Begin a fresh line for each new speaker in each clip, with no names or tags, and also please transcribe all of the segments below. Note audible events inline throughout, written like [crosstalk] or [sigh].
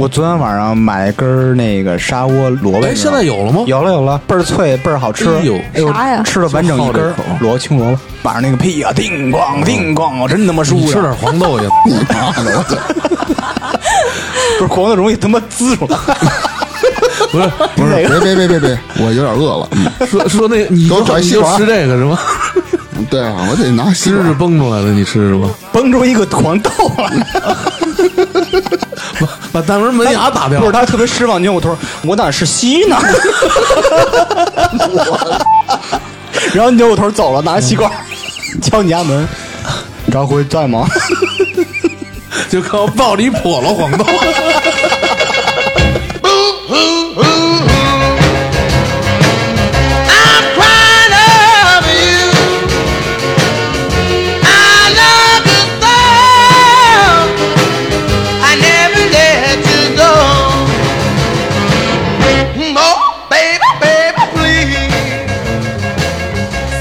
我昨天晚上买了根儿那个砂锅萝卜，
哎，
你知
现
道吗
在有了吗？
有了有了，倍儿脆，倍儿好吃。
哎呦
啥呀
吃了完整一根儿
就好这口
萝卜青萝卜，晚上那个屁啊，叮咣叮咣，我真他妈舒
你
服
吃。点黄豆去。
不是黄的容易他妈滋出来。
不是
不是，别别别别别，我有点饿了。
[laughs]
嗯
说说那，你
都
就
转
你
细
就
管儿
吃这个是吗？
对啊，我得拿西
汁是
瓜。
蹦出来的，你吃是吗？
崩出一个黄豆
[laughs]
来，
把大门门牙 [laughs] 打掉
不是，他特别失望，因为我头，我哪是西
[laughs]
呢？然后扭头走了，拿吸管
嗯
敲你家门，张辉在
[laughs]
吗？
就靠暴力破了黄豆。
I'm proud of you. I love you so. I never let you go. Oh, baby, baby, please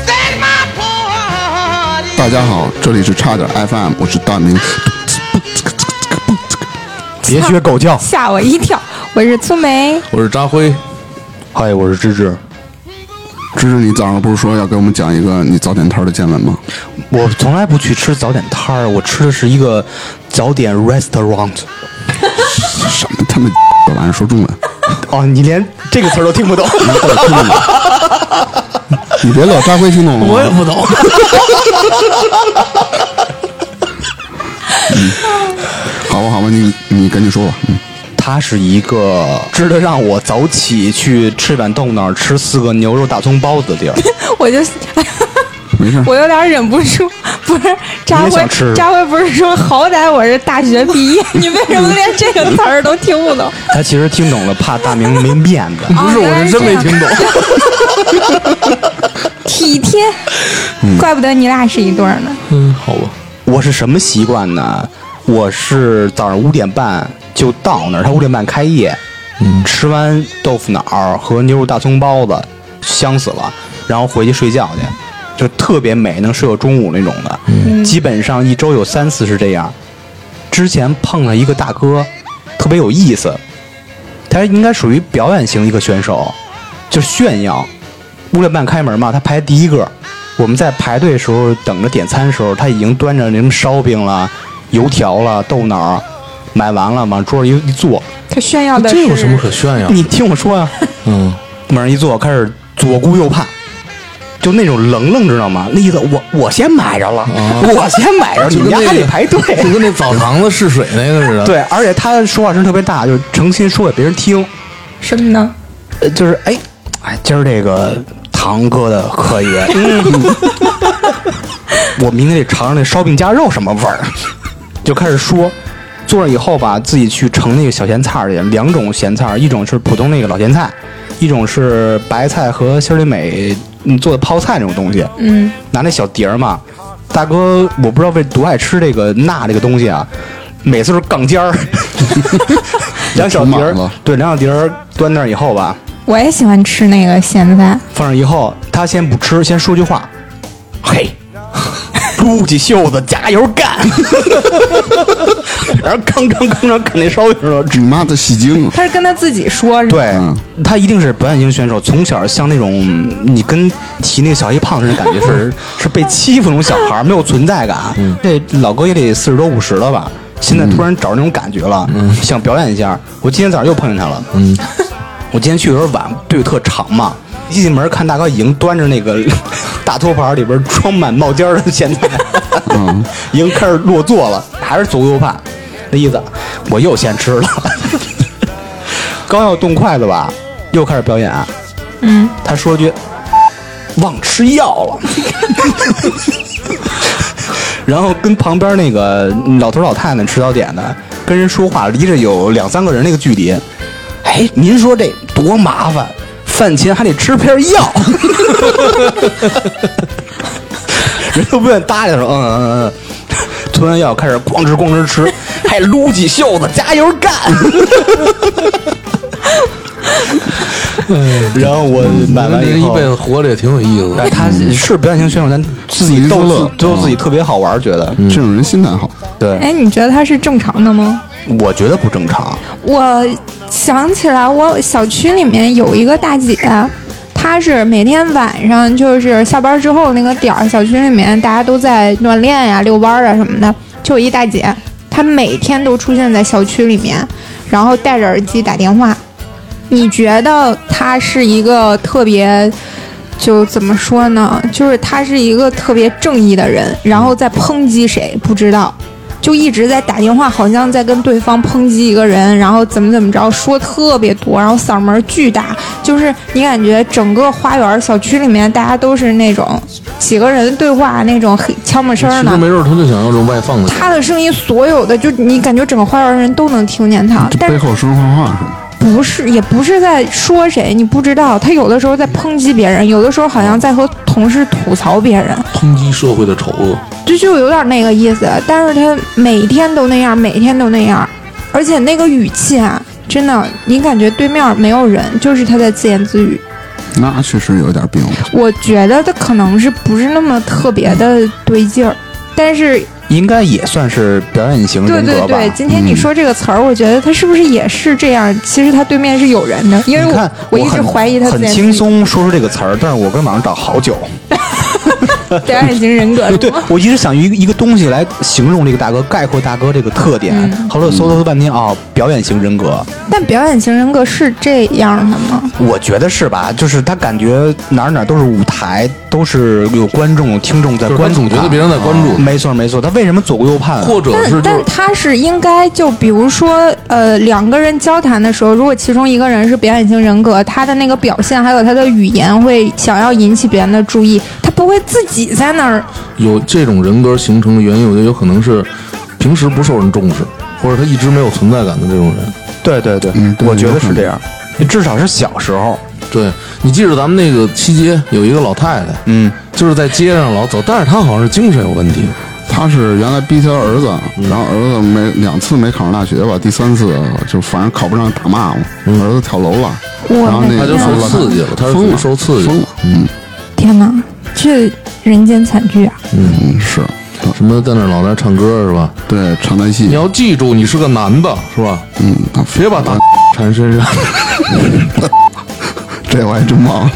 set my poor heart
大家好，这里是差点 FM，我是大明。
别学狗叫。
吓我一跳！我是粗梅，
我是扎辉，
哦
嗨，哎我是芝芝，
芝芝，你早上不是说要给我们讲一个你早点摊儿的见闻吗？
我从来不去吃早点摊儿，我吃的是一个早点 restaurant。
什么他妈玩意儿？说中文，
哦，你连这个词儿都听不懂。
你别乐，扎辉听懂了吗？
我也不懂。
嗯好吧，好吧，你你赶紧说吧。嗯，
[laughs] 它是一个值得让我早起去吃碗豆腐脑、吃四个牛肉大葱包子的地儿。
我就哎
没事儿。
我有点忍不住，不是扎
你也想
辉，
吃
扎辉不是说好歹我是大学毕业，你为什么连这个词儿都听不懂？哦
他其实听懂了，怕大明没面子。
不
是我是真没听
懂。体贴，怪不得你俩是一对儿呢。
嗯，好吧。
我是什么习惯呢？我是早上五点半就到那儿，他五点半开业，吃完豆腐脑儿和牛肉大葱包子，香死了，然后回去睡觉去，就特别美，能睡到中午那种的。基本上一周有三次是这样。之前碰了一个大哥，特别有意思，他应该属于表演型一个选手，就是炫耀。五点半开门嘛，他排第一个。我们在排队的时候，等着点餐的时候，他已经端着那什么烧饼了、油条了、豆脑儿，买完了往桌上一一坐。
他炫耀的是
这有什么可炫耀？
你听我说 [laughs] 啊，
嗯，
往上一坐，开始左顾右盼，就那种棱棱，知道吗？那意思，我我先买着了，我先买 [laughs] 着，你
就
们
跟
家
那
还得
个
排队。 [laughs]
就跟那澡堂子试水那个 [laughs] 似的。，
对，而且他说话声特别大，就是诚心说给别人听。
什么呢？
呃，就是哎，哎，今儿这个堂哥的可以，我明天得尝尝那烧饼夹肉什么味儿，就开始说。做了以后吧，自己去盛那个小咸菜儿去，两种咸菜儿，一种是普通那个老咸菜，一种是白菜和心儿里美嗯做的泡菜那种东西。
嗯，
拿那小碟儿嘛。大哥，我不知道为多爱吃这个钠这个东西啊，每次都是杠尖儿， [laughs] 两小碟
填满
儿
了，
对，两小碟儿端那儿以后吧，
我也喜欢吃那个咸菜。
放上以后，他先不吃，先说句话，嘿，撸起袖子加油干， [laughs] 然后吭吭吭吭啃那烧饼了，
你妈的戏精啊！
他是跟他自己说，是吧，
对、他一定是表演型选手，从小像那种你跟提那个小黑胖似的感觉是 [laughs] 是被欺负那种小孩儿，没有存在感。这老哥也得四十多五十了吧？现在突然找着那种感觉了，想表演一下。我今天早上又碰见他了。嗯，我今天去的时候晚，队特长嘛。一进门看大哥已经端着那个 [laughs] 大托盘，里边装满冒尖儿的咸菜， [laughs] 已经开始落座了，还是左右盼，那意思我又先吃了。刚要动筷子吧，又开始表演。嗯，他说句忘吃药了， [laughs] 然后跟旁边那个老头老太太吃早点的跟人说话，离着有两三个人那个距离。哎，您说这多麻烦，饭前还得吃片药。 [laughs] 人都不愿意搭理他，说嗯嗯嗯嗯，吞完药开始咣哧咣哧吃，还撸起袖子加油干。然后我买完
哎那
以
一
后
辈，子活着也挺有意思
哎
的。
他是表演型选手，但自己逗
自娱自乐
嗯
嗯
自，最后自己特别好玩，觉得
这种人心态好，
哎
对。
哎，你觉得他是正常的吗？
我觉得不正常。
我想起来，我小区里面有一个大姐，她是每天晚上就是下班之后那个点儿，小区里面大家都在锻炼呀、遛弯儿啊什么的，就有一大姐，她每天都出现在小区里面，然后戴着耳机打电话。你觉得她是一个特别？就怎么说呢？就是她是一个特别正义的人，然后在抨击谁不知道，就一直在打电话，好像在跟对方抨击一个人，然后怎么怎么着，说特别多，然后嗓门巨大，就是你感觉整个花园小区里面大家都是那种几个人对话啊那种黑悄没声儿
其
的
实，没准他就想要这种外放的。
她的声音所有的就你感觉整个花园人都能听见她，但
背
是
后说人坏话是吗？
不是也不是在说谁，你不知道，她有的时候在抨击别人，有的时候好像在和同事吐槽别人。
抨击社会的丑恶，
就就有点那个意思，但是他每天都那样，每天都那样，而且那个语气啊，真的，你感觉对面没有人，就是他在自言自语。
那确实有点病。
我觉得他可能是不是那么特别的对劲儿，但是
应该也算是表演型
对
人
对
格吧。
对，今天你说这个词儿，我觉得他是不是也是这样？其实他对面是有人的，因为
你
我
看，
我一直
很
怀疑他自
很
言自
轻
语
松说出这个词儿，但是我跟网上找好久。
表演型人格
对，我一直想一个一个东西来形容这个大哥，概括大哥这个特点。
嗯
后来我搜搜半天啊、哦表演型人格，
但表演型人格是这样的吗？
我觉得是吧？就是他感觉哪儿哪儿都是舞台，都是有观众、有听众在
就是他
关注
总
他，
觉得别人在关注，
没错没错，他为什么左顾右盼啊？
或者是
但
就
但
是
他是应该就比如说，呃，两个人交谈的时候，如果其中一个人是表演型人格，他的那个表现还有他的语言会想要引起别人的注意，他不会自己在那儿。
有这种人格形成的原因，我觉得有可能是平时不受人重视，或者他一直没有存在感的这种人。
对对对，
嗯对
我觉得是
有可能
这样，至少是小时候。
对你记着，咱们那个西街有一个老太太，
嗯，
就是在街上老走，但是她好像是精神有问题，
他是原来逼他儿子，然后儿子没两次没考上大学吧，第三次就反正考不上打骂嘛，儿子跳楼了，
我
然后
的啊
那
她就
个老
受
太
刺激了，她是
疯
属于
了，
受刺激
疯
了
了，嗯
天哪，这人间惨剧啊！
嗯是，
什么在那儿老在那儿唱歌是吧？
对唱单戏
你，要记住，你是个男的，是吧？
嗯，他
别把大缠身上，
这我还真忘了，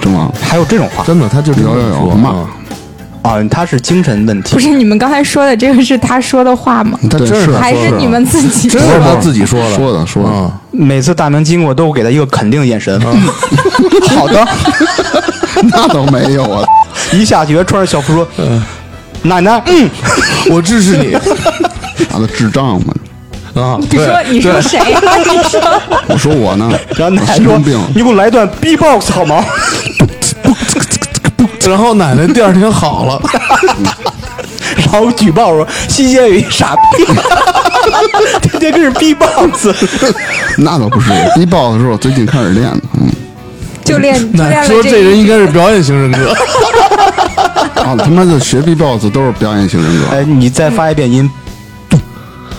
真忘了，
还有这种话
真的，他就这么
有有有
说
骂
啊
啊，他是精神问题
不。是你们刚才说的这个是他说的话吗？
他
对
真
是
他
还
说
是
的
你们自己？
真是他自己说的，
说的说的
啊
每次大明经过都给他一个肯定的眼神，好的。
[laughs] 那倒没有啊，
[laughs] 一下学穿着校服说：“奶奶，嗯，
我支持你
他的智障嘛，
啊！
你
对
说你说谁啊呀、你说
我说我呢，
然后奶奶
神
说
经病，：“
你给我来一段 B-box 好吗 [laughs]
对然后奶奶第二天好了，？”
然后举报说：“西街有一傻逼， [laughs] 天天跟着 B-box。
那倒不是，一报的时候我最近开始练的，嗯，
就练就练
奶
了
说这
这
人
一
应该是表演型人格，
啊他妈的学 B boss 都是表演型人”格，
[laughs] 哎，你再发一遍音。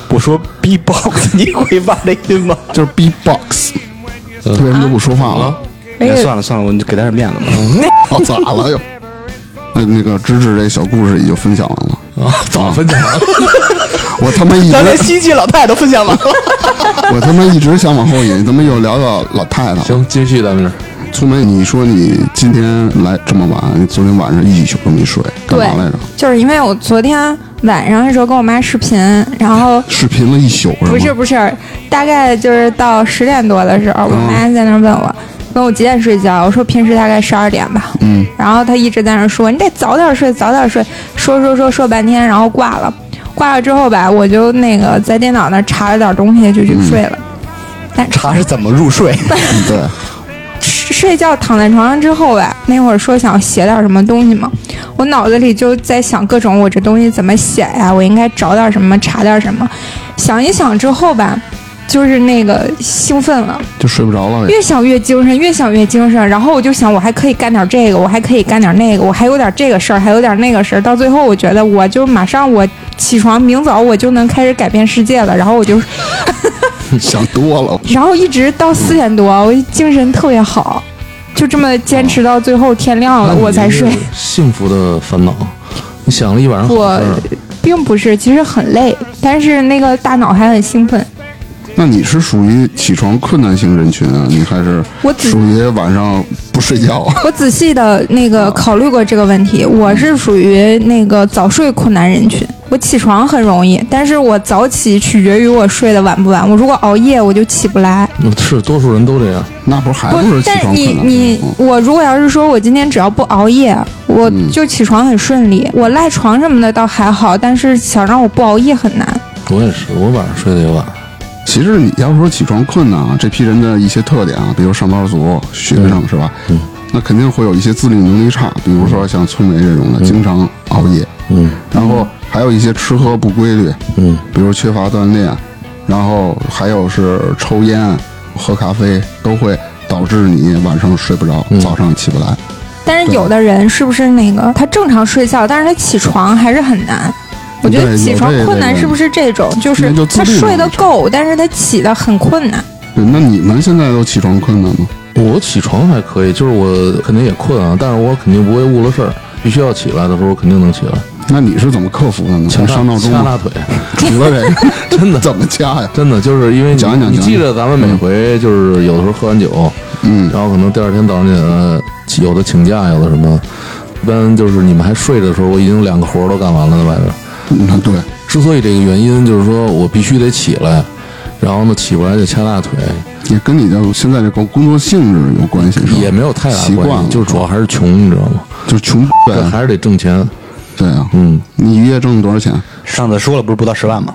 我说 B-box，你会发这音吗？
就是 B box，为
嗯
什么就不说话
啊
了？
哎呀
哎算了算了，我就给他点面子吧。
[laughs] 哦，咋了又？那那个芝芝这小故事也就分享完了。
早分享了。
我他妈一直
咱
[laughs]
连西街老太太都分享完了。
我他妈一直想往后引，怎么又聊到老太太了？
行，继续咱们这儿。
聪梅，你说你今天来这么晚，你昨天晚上一宿都没睡，干
对
嘛来着？，
就是因为我昨天晚上的时候跟我妈视频，然后。
视频了一宿是吗？
不是不是，大概就是到十点多的时候，我妈在那儿问我，问我几点睡觉，我说平时大概十二点吧。嗯，然后她一直在那儿说你得早点睡，早点睡，说说说说半天，然后挂了。挂了之后吧，我就那个在电脑那儿查了点东西就去睡了。但
他是怎么入睡？
嗯对，
睡觉躺在床上之后吧，那会儿说想写点什么东西嘛，我脑子里就在想各种我这东西怎么写呀、我应该找点什么，查点什么。想一想之后吧，就是那个兴奋了，
就睡不着了呗。
越想越精神，越想越精神。然后我就想，我还可以干点这个，我还可以干点那个，我还有点这个事儿，还有点那个事儿。到最后，我觉得我就马上我起床，明早我就能开始改变世界了。然后我就，
想多了，
然后一直到四点多，我精神特别好，就这么坚持到最后天亮哦了，我才睡。。
幸福的烦恼，你想了一晚上好事儿
我并不是，其实很累，但是那个大脑还很兴奋。
那你是属于起床困难型人群啊？你还是
我只
属于晚上不睡觉？啊
我仔细的那个考虑过这个问题，我是属于那个早睡困难人群。我起床很容易，但是我早起取决于我睡得晚不晚。我如果熬夜，我就起不来。
是多数人都这样。
那不是还
不
不是起
但是
床困
你
难？
你
嗯
我如果要是说我今天只要不熬夜，我就起床很顺利。我赖床什么的倒还好，但是想让我不熬夜很难。
我也是，我晚上睡得也晚。
其实你要说起床困难啊，这批人的一些特点啊，比如上班族、学生是吧？嗯，那肯定会有一些自律能力差，比如说像聪梅这种的，经常熬夜。
嗯
然后还有一些吃喝不规律，
嗯，
比如缺乏锻炼，然后还有是抽烟、喝咖啡，都会导致你晚上睡不
嗯
着，早上起不来。
但是有的人是不是那个他正常睡觉，但是他起床还是很难。我觉得
对
起床
有这
困难
个
是不是这种？就是
那就自
他
律
睡
嘛
得够，但是他起得很困难。
对，那你们现在都起床困难吗？
我起床还可以，就是我肯定也困啊，但是我肯定不会误了事儿，必须要起来的时候我肯定能起来。
那你是怎么克服的呢？
掐
你上闹钟
掐
吗？
大腿，
除了这个，
真的
[laughs] 怎么掐呀？
真的就是因为你
讲讲
你
讲
记着咱们每回就是有的时候喝完酒，
嗯，
然后可能第二天早上起来，有的请假，有的什么，一般就是你们还睡着的时候，我已经两个活儿都干完了在外边。
嗯对，
之所以这个原因，就是说我必须得起来，然后呢起不来就掐大腿，
也跟你的现在这工工作性质有关系，是吧？
也没有太大
习惯
关系，
了
就是主要还是穷，你知道吗？
就是穷
这
呗。
还是得挣钱。
对啊，
嗯，
你一月挣多少钱？
上次说了不是不到十万吗？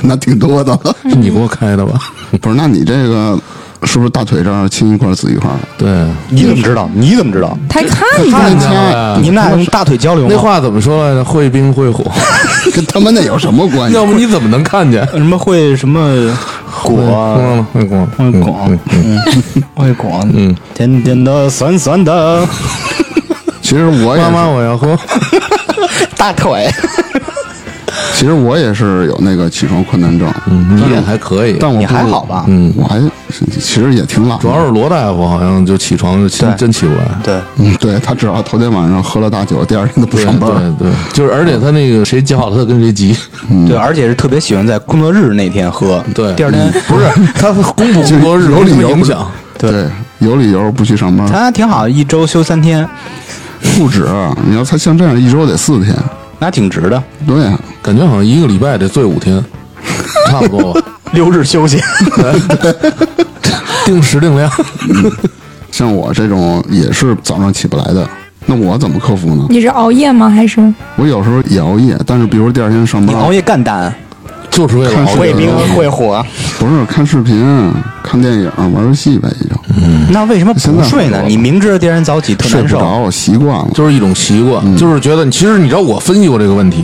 那挺多的。 [laughs]
是你给我开的吧？
不是，那你这个是不是大腿这儿青一块儿紫一块儿？
对，
你怎么知道？你怎么知道？
他看
看
着
见
呢，
掐，
你们俩用大腿交流
那
吗？
话怎么说来着？会冰会火，
跟他们那有什么关
[laughs]
系
要？不你怎么能看见？
什么会什么果啊？
光了，会光，
会广，嗯，会广，嗯，甜甜的，酸酸的，
其实我也
妈妈，
是，
我要喝。
[laughs] 大腿。
其实我也是有那个起床困难症，
嗯你也还可以，
嗯但我
你
不
还好吧
嗯，我还其实也挺懒的。
主要是罗大夫好像就起床就真
对
真起不来。
对，
嗯，对他只要头天晚上喝了大酒，第二天都不
对
上班儿。 [laughs]
对对，就是而且他那个谁叫他跟谁急，
对，而且是特别喜欢在工作日那天喝。
对
第二天
不是他公布
就是
工作日
有理
什么
由
影
不
响，
对
对，有理由不去上班
[laughs]
儿，
他挺好，一周休三天，
不止。啊你要他像这样一周得四天，
那挺值的。
对，啊
感觉好像一个礼拜得醉五天，差不多吧，
六日休息，
定时定 [laughs] 量。
像我这种也是早上起不来的，那我怎么克服呢？
你是熬夜吗？还是
我有时候也熬夜，但是比如第二天
[laughs]
上
你
班，
熬夜干单，
就是为了熬
看
夜
水
冰会火，
不是看视频、看电影、玩游戏呗，也就
那为什么
现
不
在
睡呢
好？多
你明知道第二天早起嗯特
睡
难
不
受，
着，习惯了。
就是一种习惯，就是觉得你其实你知道我分析过这个问题，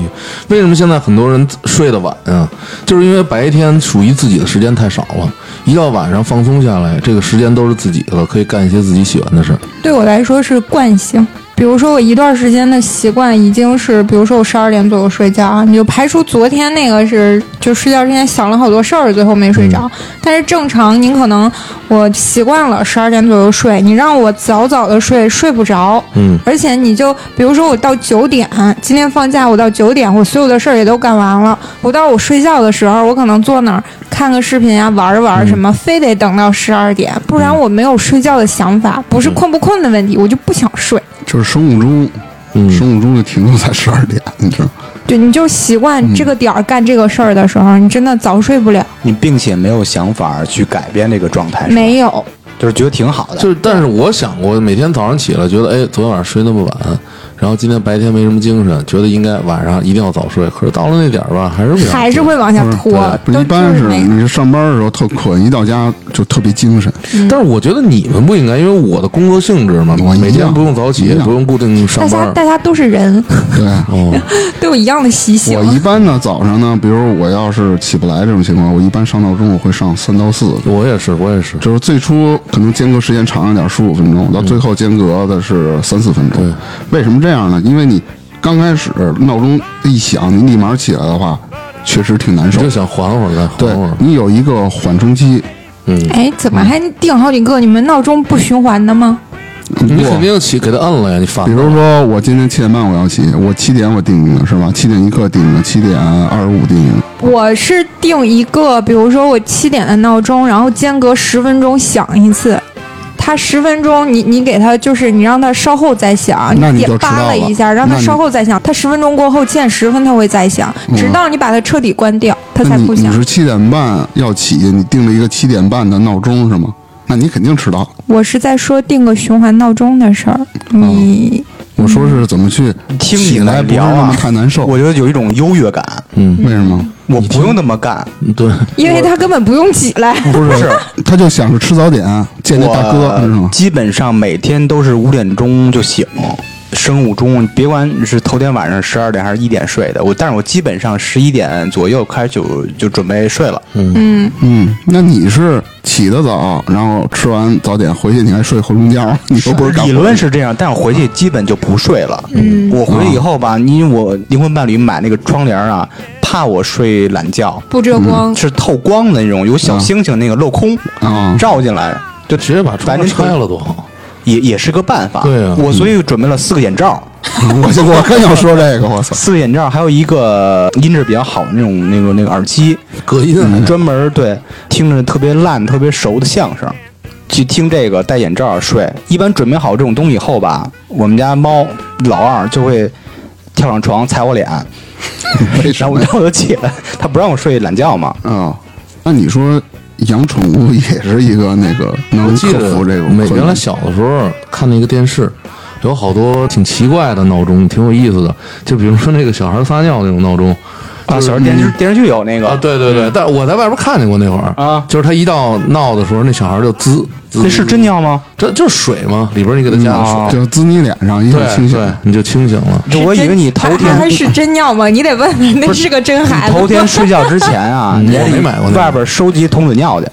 为什么现在很多人睡得晚啊？就是因为白天属于自己的时间太少了，一到晚上放松下来，这个时间都是自己的了，可以干一些自己喜欢的事儿。
对我来说是惯性？比如说我一段时间的习惯已经是，比如说我十二点左右睡觉啊，你就排除昨天那个是就睡觉之前想了好多事儿，最后没睡着。但是正常您可能我习惯了十二点左右睡，你让我早早的睡睡不着，
嗯，
而且你就比如说我到九点，今天放假我到九点，我所有的事儿也都干完了，我到我睡觉的时候，我可能坐那儿看个视频啊，玩儿玩儿什么，非得等到十二点，不然我没有睡觉的想法，不是困不困的问题，我就不想睡。
就是生物钟，
嗯
生物钟就停留在十二点， [laughs] 你知道吗？
对，你就习惯这个点儿干这个事儿的时候，你真的早睡不了。
你并且没有想法去改变这个状态，是吧
没有，
就是觉得挺好的。
就是，但是我想过，每天早上起来觉得，哎，昨天晚上睡那么晚，然后今天白天没什么精神，觉得应该晚上一定要早睡。可是到了那点儿吧，还是不想睡
还是会往下拖，
不
啊都
是，一般
就是没有。
你是上班的时候特困，一到家就特别精神。
嗯
但是我觉得你们不应该，因为我的工作性质嘛
我一，样
每天不用早起
一，
嗯
样
不用固定
大
上
家
班
大。家都是人， [laughs]
对，
哦，
都有一样的习性
我。一般呢早上呢，比如我要是起不来这种情况，我一般上闹钟我会上三到四。
我也是，我也是。
就是最初可能间隔时间长一点，十五分钟，到
嗯
最后间隔的是三四分钟。为什么这样呢？因为你刚开始闹钟一响，你立马起来的话，确实挺难
你
受
就。想缓会儿，再缓
对
嗯
会儿。
你有一个缓冲期，
哎，怎么还定好几个？你们闹钟不循环的吗？
你
我
肯定起给他摁了呀，你发
比。如说，我今天七点半我要起，我七点我定一个是吧？七点一刻定一个，七点二十五定一个。
我是定一个，比如说我七点的闹钟，然后间隔十分钟响一次。它十分钟，你你给它就是你让它稍后再响，
那你
也
就迟
扒
到
拉
了
一下，让它
那你
稍后再响。它十分钟过后七点十分它会再响，直到你把它彻底关掉，它
嗯那
才
你
不响
你。是七点半要起，你定了一个七点半的闹钟是吗？那你肯定迟到。
我是在说定个循环闹钟的事儿，
哦
你
我说是怎么去
听你
起来
来
不是
聊
那
啊
么，太难受。
我觉得有一种优越感，
为什么？
我不用那么干，
对，
因为它根本不用起来。
不是，
他就想着吃早点，见那大哥是
我
吗？
基本上每天都是五点钟就醒，生物钟，别管你是头天晚上十二点还是一点睡的，我但是我基本上十一点左右开始就就准备睡了。
嗯，那你是起得早，然后吃完早点回去，你还睡回
[laughs]
笼觉，你又不是干
理
活
论是这样，但我回去基本就不睡了。嗯，我
哦
回去以后吧，因为我灵魂伴侣买那个窗帘啊，怕我睡懒觉，
不遮
嗯
光，
是透光的那种，有小星星那个镂空
嗯
啊
照进来，就
直接把窗户
咱这
拆了多好。
也也是个办法。
对啊
我所以准备了四个眼罩。
我就我刚想说这个，我
[laughs]
操！
四个眼罩，还有一个音质比较好的那种那个那个耳机，
隔音啊
专门儿对听着特别烂、特别熟的相声，去听这个戴眼罩睡。一般准备好这种东西以后吧，我们家猫老二就会跳上床踩我脸，
为什
然后
么
然
呀
后我就起来，它不让我睡懒觉嘛。
啊，那你说养宠物也是一个那个
我
嗯能
记
克
得
服这个
每
困
原
难
来小的时候看那个电视，有好多挺奇怪的闹钟，挺有意思的。就比如说那个小孩撒尿那种闹钟
啊，小时候电视电视剧有那个
啊，，对对对，但我在外边看见过那会儿
啊
就是他一到闹的时候，那小孩就滋，滋
那是真，尿吗？
这就是水嘛，里边你给他加的水，
就滋你脸上一下
对
清醒
对，你就清醒了。
就我以为你头
它它
天
是真尿吗？你得问问，那是个真孩子。
头天
[laughs]
睡觉之前啊，
[laughs] 嗯
你还
我没
得
买过那个
外边收集童子尿去，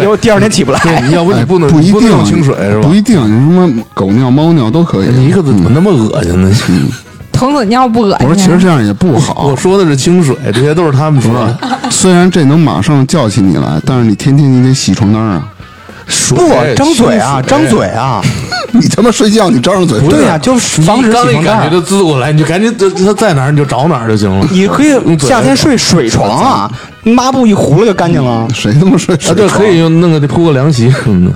[laughs] 结果第二天起不来。
对，你要不你
哎
不能
一
你能
定
用清水是吧
不？一定，你什么狗尿、猫尿都可以。嗯
你一个怎么那么恶心呢？
童子尿不恶
我
心啊？
说其实这样也不
我
好，
说的是清水，这些哦都是他们说的。
[laughs] 虽然这能马上叫起你来，但是你天天你得洗床单啊。
水
不，张嘴啊，
清水
张嘴啊！
[laughs] 你他妈睡觉你张上嘴，啊
对呀，就是防止
你刚
起
那
床单
感觉
儿。
就滋过来，你就赶紧，就他在哪儿你就找哪儿就行了。
你可以
用嗯嘴
夏天睡水床啊，抹布一糊了就干净了。
谁他妈睡睡
啊，对，可以用弄个铺个凉席什么的。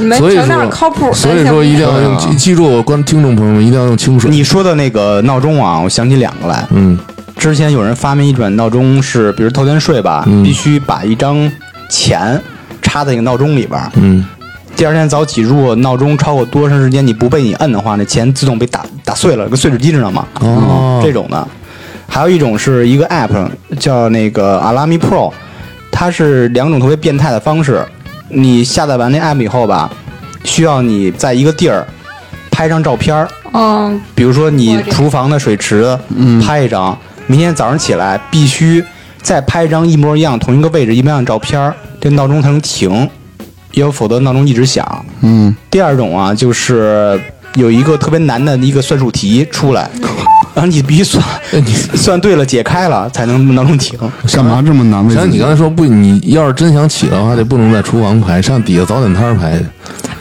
你们
所以
整点
说
靠谱的，
所以说一定要用
对啊
记记住，我观听众朋友们一定要用清水。
你说的那个闹钟啊，我想起两个来。
嗯，
之前有人发明一种闹钟是，比如头天睡吧，
嗯
必须把一张钱插在那个闹钟里边。
嗯，
第二天早起，如果闹钟超过多长时间你不被你摁的话，那钱自动被打打碎了，跟碎纸机似的嘛。
哦
这种的，还有一种是一个 app 叫那个 Alami Pro，它是两种特别变态的方式。你下载完那 app 以后吧，需要你在一个地儿拍张照片儿，
嗯，
比如说你
我这
厨房的水池拍一张，明天早上起来必须再拍一张一模一样、同一个位置一模一样的照片儿，这闹钟才能停，要否则闹钟一直响。
嗯，
第二种啊，就是有一个特别难的一个算术题出来，然后你必须算
哎你
算对了、解开了才能闹钟停。
干嘛这么难为
[laughs]
自
像
己？
啊你刚才说不，你要是真想起的话，得不能在厨房排，上底下早点摊儿排去。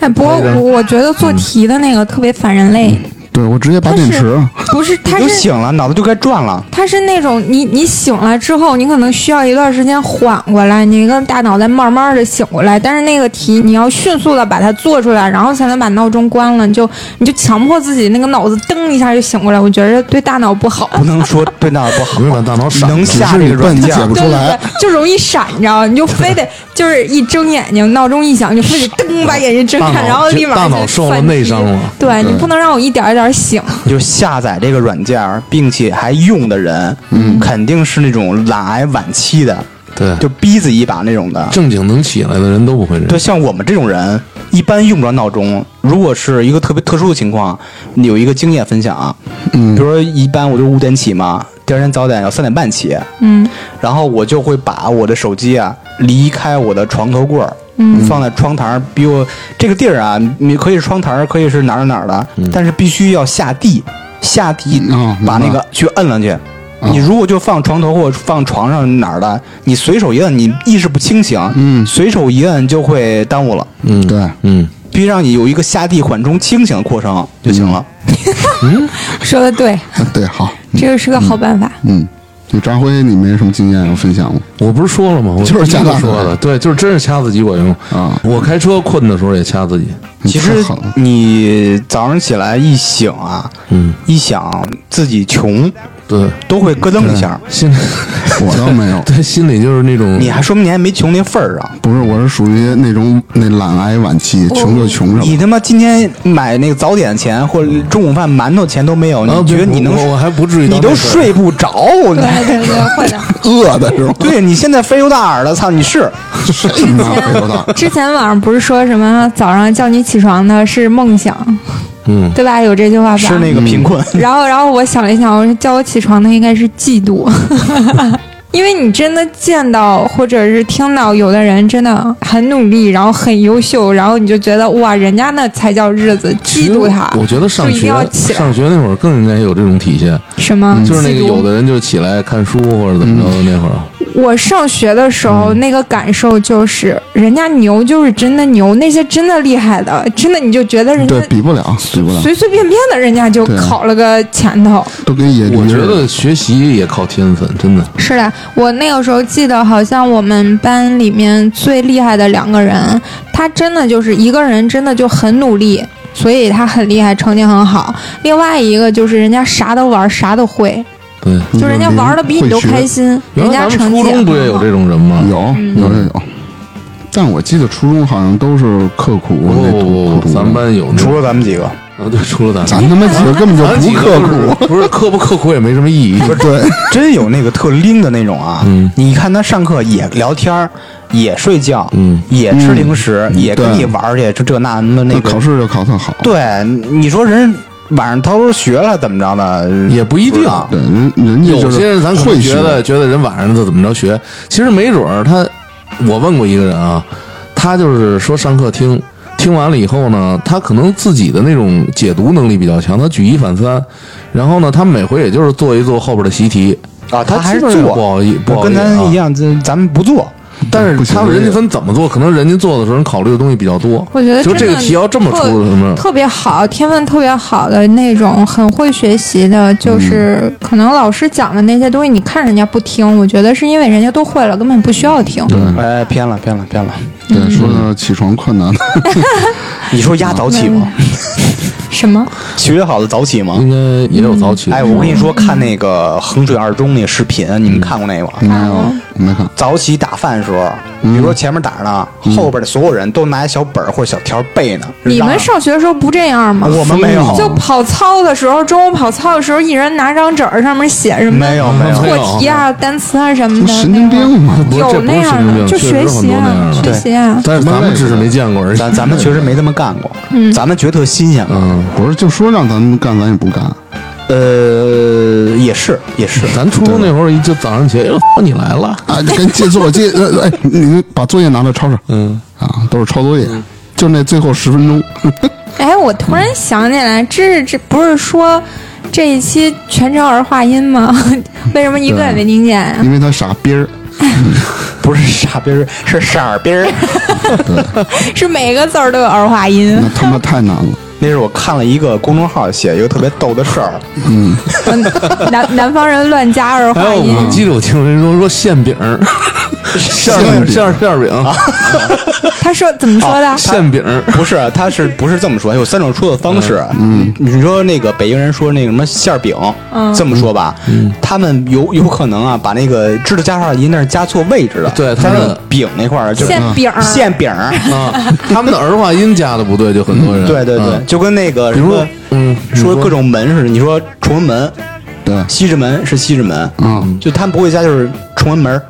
哎，不过我我觉得做
嗯
题的那个特别反人类，
对我直接拔
它
电
是
池，啊
[laughs]
不是
你
它
就是醒了，脑子就该转了。
它是那种你你醒来之后，你可能需要一段时间缓过来，你一个大脑再慢慢的醒过来，但是那个题你要迅速的把它做出来，然后才能把闹钟关了，你就你就强迫自己那个脑子噔一下就醒过来，我觉得对大脑不好。
不能说对那不
[laughs]
好
容易把大脑闪
能
只
下
是
这
你
个软
笨，你
件
解
儿
不
对
出
对
来
对。， [laughs] 就容易闪，你知道吗？你就非
[laughs]
得就是一睁眼睛，闹钟一响，你就非得噔把眼睛睁
大
开，
脑
然后立马
大
就
脑受了
犯
内
低
伤了
对你不能让我一点儿一点儿醒。
你就下载这个软件儿，并且还用的人，嗯，肯定是那种懒癌晚期的，
对，
就逼自己一把那种的。
正经能起来的人都不会这
对，
样。
像我们这种人，一般用不着闹钟。如果是一个特别特殊的情况，有一个经验分享啊，嗯，比如说一般我就五点起嘛，第二天早点要三点半起，
嗯，
然后我就会把我的手机啊离开我的床头柜儿，嗯，放在窗台儿，比我这个地儿啊，你可以是窗台儿，可以是哪儿哪儿的，但是必须要下地，下地、
哦明白
把那个去摁上去。
嗯
你如果就放床头或者放床上哪儿的，你随手一摁，你意识不清醒，
嗯
随手一摁就会耽误了。
嗯，
对啊
嗯，
必须让你有一个下地缓冲清醒的过程就行了。
嗯
说的对，
对，好，
这个是个好办法。
嗯，就张辉，你没什么经验要分享吗？
我不是说了吗？我
就是
瞎
瞎打
说的，对，就是真是掐自己管用
啊
我开车困的时候也掐自己，
你
其
太
实
狠了
你早上起来一醒啊，
嗯，
一想自己穷，
对，
都会咯噔一下。
心里，
我倒没有
[laughs] 对心里就是那种
你还说明你还没穷那份儿啊上。
不是，我是属于那种那懒癌晚期，穷就
嗯
穷
你
着。
他妈今天买那个早点钱或者中午饭馒头钱都没有，
啊
你觉得
不
你能？
我我还不至于到
你都
那份儿
睡不着，
嗯
你
对对对，
[laughs]
会的。
饿的是吗？
[laughs] 对你现在肥油大耳的，操你是
谁 [laughs] 他妈肥油大？
之前网上不是说什么早上叫你起床的是梦想，
嗯，
对吧？有这句话吧？
是那个贫困，
[laughs] 然后，然后我想了一想，我说叫我起床的应该是嫉妒， [laughs] 因为你真的见到或者是听到有的人真的很努力，然后很优秀，然后你就觉得哇，人家那才叫日子，嫉妒他。
我觉得上
就一定
学
要起来嗯
上学那会儿更应该有这种体现，
什么？
就是那个
嫉妒
有的人就起来看书或者怎么着的那会儿，
我上学的时候，那个感受就是，人家牛就是真的牛，那些真的厉害的，真的你就觉得人家
对比不了，比不了，
随随便便的，人家就
对啊
考了个前头。
都跟野驴
我觉
似的。
得学习也靠天分，真的。
是的，我那个时候记得，好像我们班里面最厉害的两个人，他真的就是一个人，真的就很努力，所以他很厉害，成绩很好。另外一个就是人家啥都玩，啥都会，
对，
你
就人家
零
玩的比你都
会学
开心，
原
人
来
家
咱
成
们
绩
初
也
中不也
很
有
好嗯
这。种人吗？嗯
有有这有，但我记得初中好像都是刻苦
不
那
不不
苦
不，
读
哦咱们班有那
除了咱们几个，
啊，对，除了咱
咱他妈几个根本就
咱几
不
个就
刻
是
苦，
不是刻不刻苦也没什么意义。
对，
真有那个特拎的那种啊。
嗯
你看他上课也聊天儿，也睡觉，
嗯
也吃零食，也跟
对
你玩儿去，这这那那那
那
个
考试就考特好，
对，你说人晚上偷偷学了怎么着的？
也不一定
知道
对，人人家
有
就是
些人咱可能
会
觉
学
得觉得人晚上他怎么着学，其实没准儿他，我问过一个人啊，他就是说上课听。听完了以后呢，他可能自己的那种解读能力比较强，他举一反三，然后呢，他每回也就是做一做后边的习题，
啊，他还
基
是
本上不
做，
好意，不好
跟
意思
咱
啊
一样，这咱们不做。
但
不
是
行
他
这
人家
个
分怎么做，可能人家做的时候考虑的东西比较多。
我觉得
就
真
这
的
个题要这么出什么
特，特别好，天分特别好的那种，很会学习的，
嗯
就是、可能老师讲的那些东西，你看人家不听，我觉得是因为人家都会了，根本不需要听。
哎，偏了，偏了，偏了。
对，说
嗯
到起床困难，
你说压早起吗？
什么？
学好的早起吗？
应该也有早起的时
哎，
候。
我跟你说，看那个衡水二中那视频，你们看过那个吗？
没
哦
有没看，
早起打饭的时候，比如说前面打着呢，后边的所有人都拿一小本儿或者小条背呢。
你们上学的时候不这样吗？
我们没有，
就跑操的时候，中午跑操的时候，一人拿张纸儿，上面写什么
没有没有。
错题啊、单词啊什么的。
神经病嘛，
不是这
有
不
那
是神
样
经
的，
病，
就
确
学
实很
习
多那
啊
样，的。
学习啊。
但是咱们只是没见过而已。
咱咱们确实没这么干过，
嗯
咱们觉得特新鲜了。
嗯，
不是就说让咱们干，咱也不干，
呃，也是也是，
[laughs] 咱初中那会儿一就早上起来，哎呦，你来了，
啊，就跟借作借，呃哎，你把作业拿到抄上
嗯，
啊，都是抄作业，就那最后十分钟， [laughs]
哎，我突然想起来，这是这不是说这一期全程儿化音吗？ [laughs] 为什么一个也没听见啊呀、
因为他傻逼儿，
[laughs] 不是傻逼儿，是傻逼
[laughs]
儿。
是每个字儿都有儿化音
那，他妈太难了。
那是我看了一个公众号写一个特别逗的事儿，
[laughs]
南南方人乱加儿
还
化
有
音。
哎我记得我听人说说馅饼 [laughs] 儿，馅儿
馅
饼啊
饼
馅儿馅儿饼，
他说怎么说的？
馅饼 [laughs] 儿，
不是，他是不是这么说？有三种出的方式。嗯，你说那个北京人说那个什么馅儿饼，这么说吧，他们有有可能啊，把那个知道加上音那是加错位置了，
对他
他
们
们饼那块儿就是嗯
馅饼儿
馅饼儿，
[laughs] 啊，他们的儿化音加的不对，就很多人。
对对对
嗯，，
就跟那个
比
什
如
么
嗯，你
说各种门似的，你说崇文门、
对，
西直门是西直门，
嗯，
就他们不会加就是崇文门儿、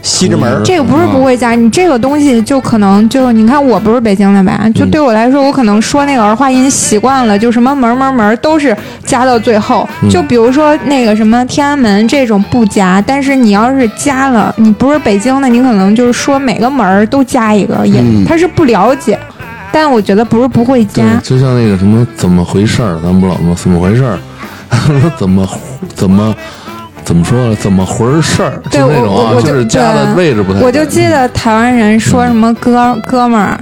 西直门
嗯
儿，
这个不是不会加，你这个东西就可能就你看我不是北京的吧，
嗯
就对我来说，我可能说那个儿化音习惯了，就什么门门门都是加到最后。
嗯
就比如说那个什么天安门这种不加，但是你要是加了，你不是北京的，你可能就是说每个门儿都加一个，也
嗯
他是不了解，但我觉得不是不会
对
加，，
嗯就像那个什么怎么回事儿，咱们不老说怎么回事儿， [laughs] 怎么怎么怎么说怎么回事儿，
对
就那种
我
啊，
我
就是
就
加的
对
位置不太对。嗯
我就记得台湾人说什么哥哥们儿。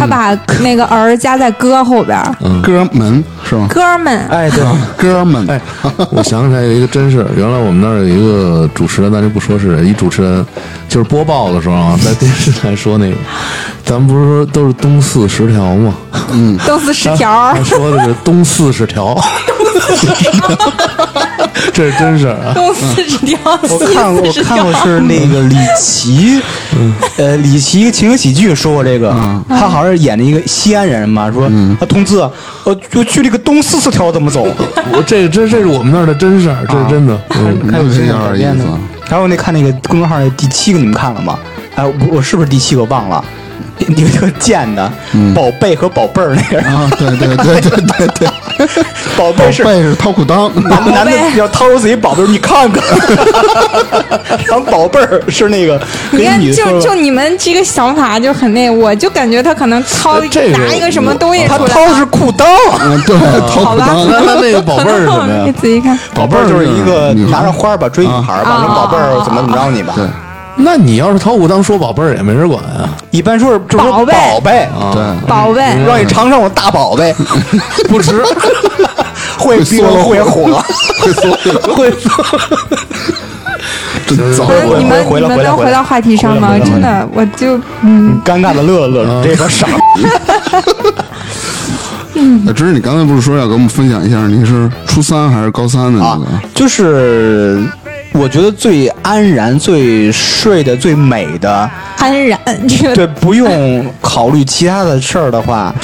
他把那个儿加在哥后边儿，
嗯
哥们是吗？
哥们，
哎，
[laughs]
对，
哥们，
哎， [laughs] 我想起来有一个真事儿，原来我们那儿有一个主持人，咱就不说是谁，一主持人，就是播报的时候啊，在电视台说那个，咱不是说都是东四十条吗？
都是十条儿
啊
他，
[laughs]
说的是东四十条， [laughs] 这是真事儿啊。
都四十条，
嗯 [laughs] 我看过，我
四十
看
条
过是那个李琦，呃，李琦情景喜剧说过这个，他好像是演了一个西安人嘛，说啊，同志，我就去那个东四四条怎么
[laughs]
走？
我这这这是我们那儿的真事儿，这是真的。嗯
就这样的意思。啊
然后那看那个公众号那第七个，你们看了吗？哎，我我是不是第七个忘了？有一个贱的，宝贝和宝贝儿那个，
啊，对对对对对
[laughs]
对，
宝
宝
贝是
贝是掏裤裆，
男的男
宝
的
贝
要掏出自己宝贝儿，你看看， [laughs] 然后宝贝儿是那个
你
跟
看，
女的
就
说
就你们这个想法就很那，我就感觉他可能掏
呃这个
拿一个什么东西
他
出来，
掏的是裤裆。
嗯，对，掏
好
裤
吧
裆，
那那那个宝贝儿是什么
[laughs] 你
呀？
仔细看，
宝贝儿就是一个
女
拿
孩
着花儿吧追女孩儿吧，
啊
说宝贝儿怎么怎么着你吧。
对
那你要是掏裤裆说宝贝儿也没人管啊，
一般说是就说
宝贝
宝贝，
[laughs]
对，哎
宝贝，
让你尝尝我大宝 [laughs] 贝，
不值。
[laughs] 会冰会火，
会
[laughs]
缩，
会
真糟
不是你们
回
你
来
们
回来
能
回来
回到话题上吗
回？来回来
真的，我就嗯，
尴尬的乐乐这个傻逼。
哎，只是你刚才不是说要给我们分享一下你是初三还是高三的那个？
嗯
啊
就是我觉得最安然、最睡得最美的，
安然这 [laughs] 个
对，不用考虑其他的事儿的话，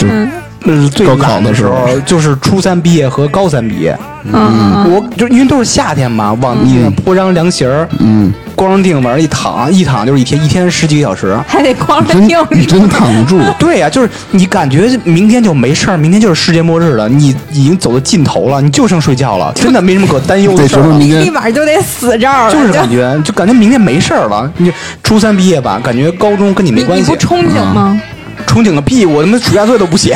嗯，最
高考
懒的
的时候
候就是初三毕业和高三毕业。
嗯，
我就因为都是夏天嘛，往地上铺张凉席儿，嗯，光着腚往上一躺，一躺就是一天，一天十几个小时。
还得光着
真
腚
你真扛不住，
对呀、就是你感觉明天就没事儿，明天就是世界末日了，你已经走到尽头了，你就剩睡觉了，真的没什么可担忧的
得
事
琢
儿
磨
了。
明
立
天。
马就得死这儿了，
就是啊感觉，就感觉明天没事儿了。你初三毕业吧，感觉高中跟你没
你
关
你
系啊
不。憧憬吗？
憧憬个屁！我他妈暑假作业都不写。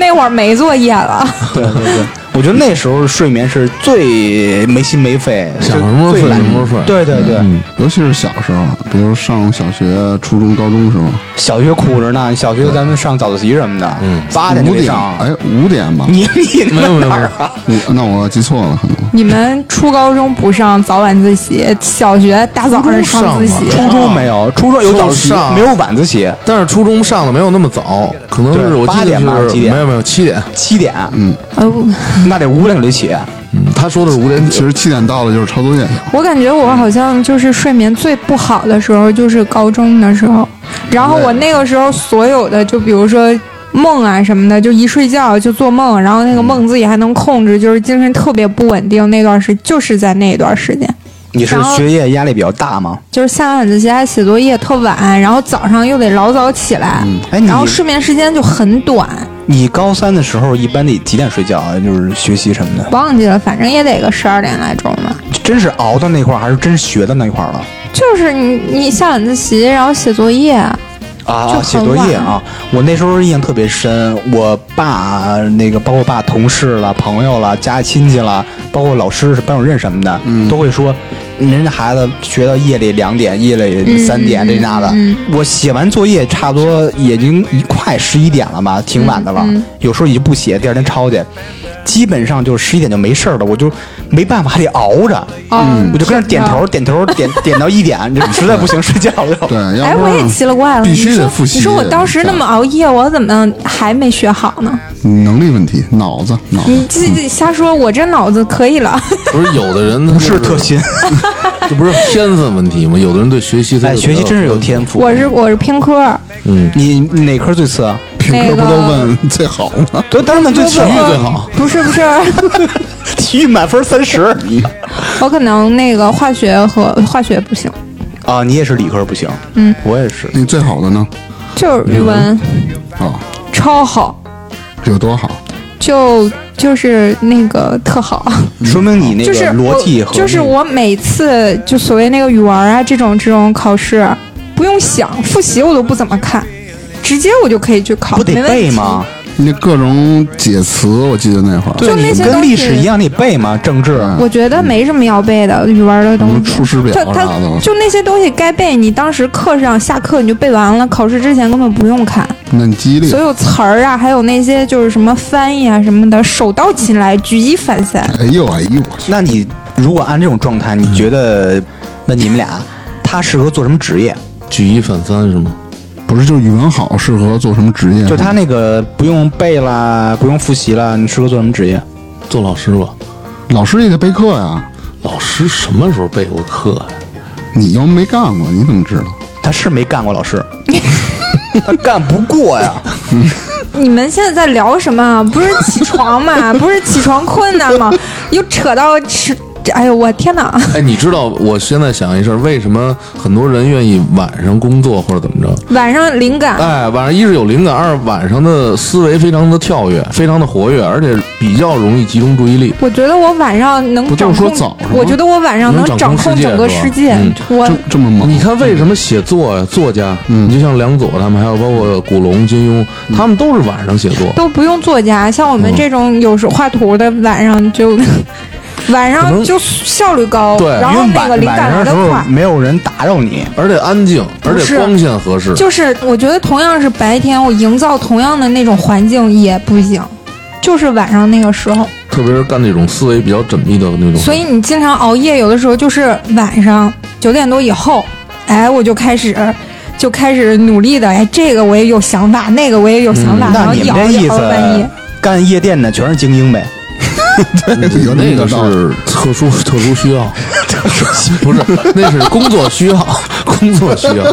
那会儿没作业了，
对对对，我觉得那时候睡眠是最没心没肺，
想什么时候
最
睡
懒
什么时候睡
对对对，
尤其是小时候，比如上小学、初中、高中时候，
小学苦着呢，小学咱们上早自习什么的，八嗯点
五
就得
点，
上。
哎，五点吧？
你你他妈哪儿啊？
我那我记错了，可能
你们初高中不上早晚自习，小学大早上上自习
初中，
初中啊没有，初中有早自习
初上，
没有晚自习，
但是初中上的没有那么早，可能是
对
我记
八
得
点吧
是
几点
没有没有七点。
七点，
哦，
那得五点就得起。
嗯他说的是五点
其
起。
实七点到了就是抄作业。
我感觉我好像就是睡眠最不好的时候就是高中的时候，然后我那个时候所有的就比如说梦啊什么的，就一睡觉就做梦，然后那个
嗯
梦自己还能控制，就是精神特别不稳定那段时，就是在那一段时间。
你是
然后
学业压力比较大吗？
就是下晚自习还写作业特晚，然后早上又得老早起来，
哎你
然后睡眠时间就很短，
你高三的时候一般得几点睡觉啊？就是学习什么的，
忘记了，反正也得个十二点来钟吧。
真是熬到那块儿，还是真学到那块儿了？
就是你你下晚自习，然后写作业，
啊，
就
写
很
作业
晚
啊！我那时候印象特别深，我爸那个包括我爸同事了、朋友了、家亲戚了，包括老师、班主任什么的，
嗯
都会说，人家孩子学到夜里两点、夜里
嗯
三点这那的。我写完作业差不多已经一快十一点了吧，挺晚的了，
嗯
有时候也就不写，第二天抄去。基本上就十一点就没事儿了，我就没办法，还得熬着，
嗯
我就跟那点头、点头、点点到一点，就实在不
[laughs]
行睡觉了就。
对，要
哎，
不
我也
然
奇了怪了，
必须
你说
得复习
你说我当时那么熬夜，我怎么还没学好呢？
你能力问题，脑子脑子。
你这这瞎说，我这脑子可以了。 [laughs]
不是有的人他
不是特新，
这不是天分问题吗？有呃的人对学习他
哎，
就
学习
比较
真是有天赋。
我是我是偏科，
你哪科最次啊？
那
这不都
个
问最好吗？
对，当然最次
体育
了，
最好，
不是不 [laughs] 是，
[laughs] 体育满分三十。
我可能那个化学和化学不行，
啊，你也是理科不行，嗯，我也是。
你最好的呢？
就是语文
啊，
超好，
有多好？
就就是那个特好。
嗯说明你那
就是
个逻辑
我
和
就是我每次就所谓那个语文啊这种这种考试，不用想复习我都不怎么看，直接我就可以去考，
不得
没问
背
题
吗？？
那各种解词，我记得那会儿，
对，
就那
你
些
跟
东
历
西
史一样，你背吗？政治
我觉得没什么要背的语文的东
嗯
西，
出师表
就
啥
它
的
就那些东西该背，你当时课上下课你就背完了，考试之前根本不用看。
那你记忆力
所，有词儿啊，还有那些就是什么翻译啊什么的，手到擒来，举一反三。
哎呦哎呦，我去
那你如果按这种状态，你觉得那你们俩他适合做什么职业？
举一反三是吗？
不是就是语文好适合做什么职业？
就他那个不用背啦，不用复习啦，你适合做什么职业？
做老师吧，
老师也得备课呀，
老师什么时候备过课呀、
你又没干过，你怎么知道？
他是没干过老
[laughs]
师，他干不过呀。
你们现在在聊什么啊？不是起床嘛？不是起床困难吗？又扯到吃，哎呦我天哪！
哎，你知道我现在想一事儿，为什么很多人愿意晚上工作或者怎么着？
晚上灵感，
哎，晚上一是有灵感，二晚上的思维非常的跳跃，非常的活跃，而且比较容易集中注意力。
我觉得我晚上能
不就
掌
是
控
说早上吗，
我觉得我晚上能
能掌
掌
控
控
世界
整个
是吧
世界
嗯。嗯
我
这这么猛？
你看，为什么写作呀、作家，你就像梁左他们，还有包括古龙、金庸，他们都是晚上写作。
都不用作家，像
嗯
我们这种有时候画图的，晚上
[laughs]
就晚
可
上
能
就效率高，
对
然后
因为
那个
晚
灵感
晚上的
来的
时候
快。
没有人打扰你，
而且安静，而
不
且
是
光线合适。
就是我觉得同样是白天，我营造同样的那种环境也不行，就是晚上那个时候。
特别是干那种思维比较缜密的那种，
所以你经常熬夜，有的时候就是晚上九点多以后，哎，我就开始。就开始努力的，哎，这个我也有想法，那个我也有想法，
嗯
然
那
后
你
一
们
熬
这
夜
意
熬到半夜
思。，干夜店的全是精英呗？
[laughs] 有
那
那
个
个道理
是特殊 [laughs] 特殊需要，不是， [laughs] 那是工作需要， [laughs] 工作需
[laughs]
要。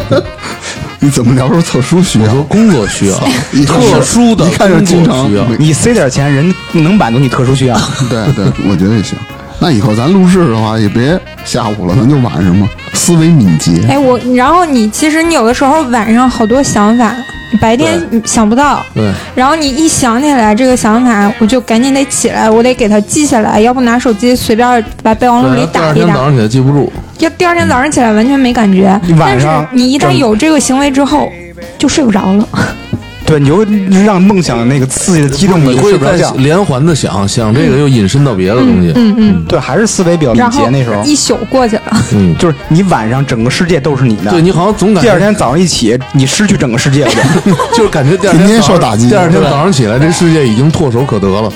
你怎么聊出特殊学
我说工作需要，
一看
特殊的
一看就
工
经
作
常
需要。
你塞点钱，人能满足你特殊
[laughs]
需要。
对对，我觉得也行。那以后咱录制的话，也别下午了，咱就晚上吧，思维敏捷。
哎，我，然后你其实你有的时候晚上好多想法，白天想不到，
对，
然后你一想起来这个想法，我就赶紧得起来，我得给它记下来，要不拿手机随便把备忘录里
对第
打
二
一
天
打
早，上起来记不住，
要第二天早上起来完全没感觉。
你晚
但是
上
你一旦
整
有这个行为之后，就睡不着了。
对，你就让梦想那个刺激的击中
你
你，
会
睡不着
在
觉。
连环的想，想
嗯
这个又引申到别的东西。嗯嗯，
对，还是思维比较敏
然后
捷。那时候
一宿过去了，
就是你晚上整个世界都是你的，
对你好像总感
第二
觉
天早上一起，你失去整个世界了就。
[laughs] 就是感觉第二
天
天
天
早上
受打击
第二天早上起来这世界已经唾手可得了。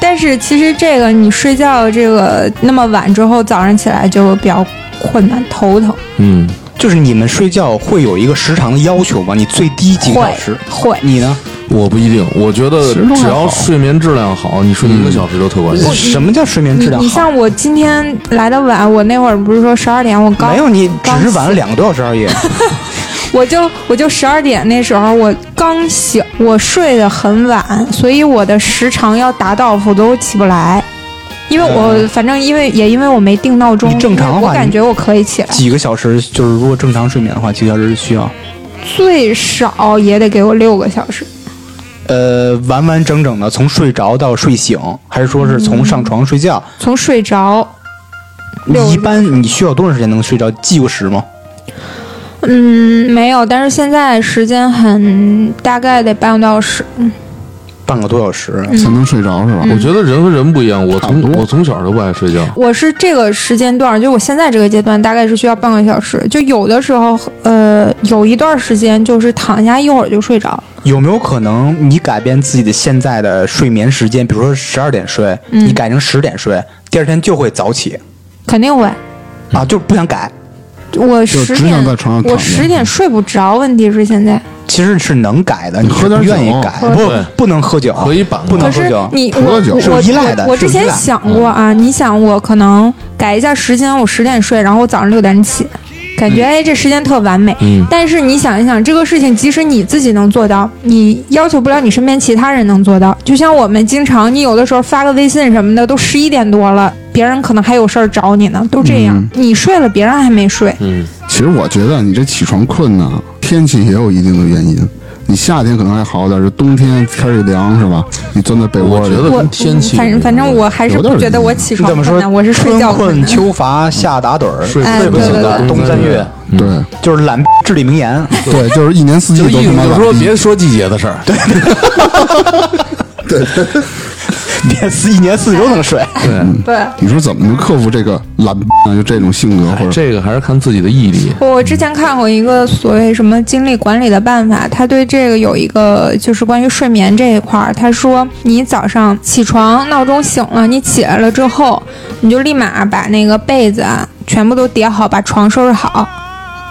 但是其实这个你睡觉这个那么晚之后，早上起来就比较困难，头疼。
嗯，
就是你们睡觉会有一个时长的要求吗？你最低几个小时？
会会
你呢？
我不一定，我觉得
时钟还
只要
好
睡眠质量好，你睡一个小时都特
嗯
管用。
什么叫睡眠质
你
量
你
好？
像我今天来的晚，我那会儿不是说十二点我刚
没有，你只
刚
是晚了两个多小时而已。
我就我就十二点那时候我刚醒，我睡得很晚，所以我的时长要达到，否则我起不来。因为我、反正因为也因为我没定闹钟，
哦你正常的话
我我感
你
觉我可以起来，
几个小时就是如果正常睡眠的话，几个小时需要。
最少也得给我六个小时。
呃，完完整整的从睡着到睡醒，还是说是从上床睡觉？
从睡着，嗯六
一般你需要多长时间能睡着？记过时吗？
嗯，没有，但是现在时间很大概得半个多小时。
半个多小时。
才能睡着是吧？
嗯
我觉得人和人不一样，我
差不
从
多
我从小就不爱睡
啊
觉。
我是这个时间段，就我现在这个阶段，大概是需要半个小时。就有的时候，呃，有一段时间就是躺下一会儿就睡着，
有没有可能你改变自己的现在的睡眠时间？比如说十二点睡，
嗯
你改成十点睡，第二天就会早起
肯定会。
啊？就是不想改，
我
就
十
只
点
想在床上躺着
我十点睡不着，问题是现在。
其实是能改的，你
喝
是
点
不愿意
酒
改，
喝
不
对
不能喝酒，
可以板
不
过
能
可
喝
是
酒。
你
葡萄
我
酒
我
是
我
依赖的嗯
我
是
之前
依赖
想过啊，你想我可能改一下时间，我十点睡，然后我早上六点起，感觉哎这时间特完美。
嗯
但是你想一想，这个事情即使你自己能做到，你要求不了你身边其他人能做到。就像我们经常，你有的时候发个微信什么的，都十一点多了，别人可能还有事儿找你呢，都这样。你睡了，别人还没睡。
嗯，
其实我觉得你这起床困呢，天气也有一定的原因。你夏天可能还好点，这冬天天儿一凉是吧？你钻在被窝
我
里
觉，得
我
跟天气有
反
关
正反正我还是
有点
不觉得
意思
我起
你
床
怎么
困
说
难，？我是睡觉
春
困
困
难。
秋乏夏打盹儿，
睡
哎
睡不
对
醒
对
的
对
冬三月，
嗯
对
就是懒至理名言。 [laughs]
对，就是一年四季
就
都
意
他
思
妈
就是
懒
说
逼
别说季节的事儿。对，
年四一年四季都能睡。
对。
你说怎么能克服这个懒呢？就这种性格或者
哎这个还是看自己的毅力。
我之前看过一个所谓什么精力管理的办法，他对这个有一个就是关于睡眠这一块儿，他说你早上起床闹钟醒了，你起来了之后，你就立马把那个被子啊全部都叠好，把床收拾好。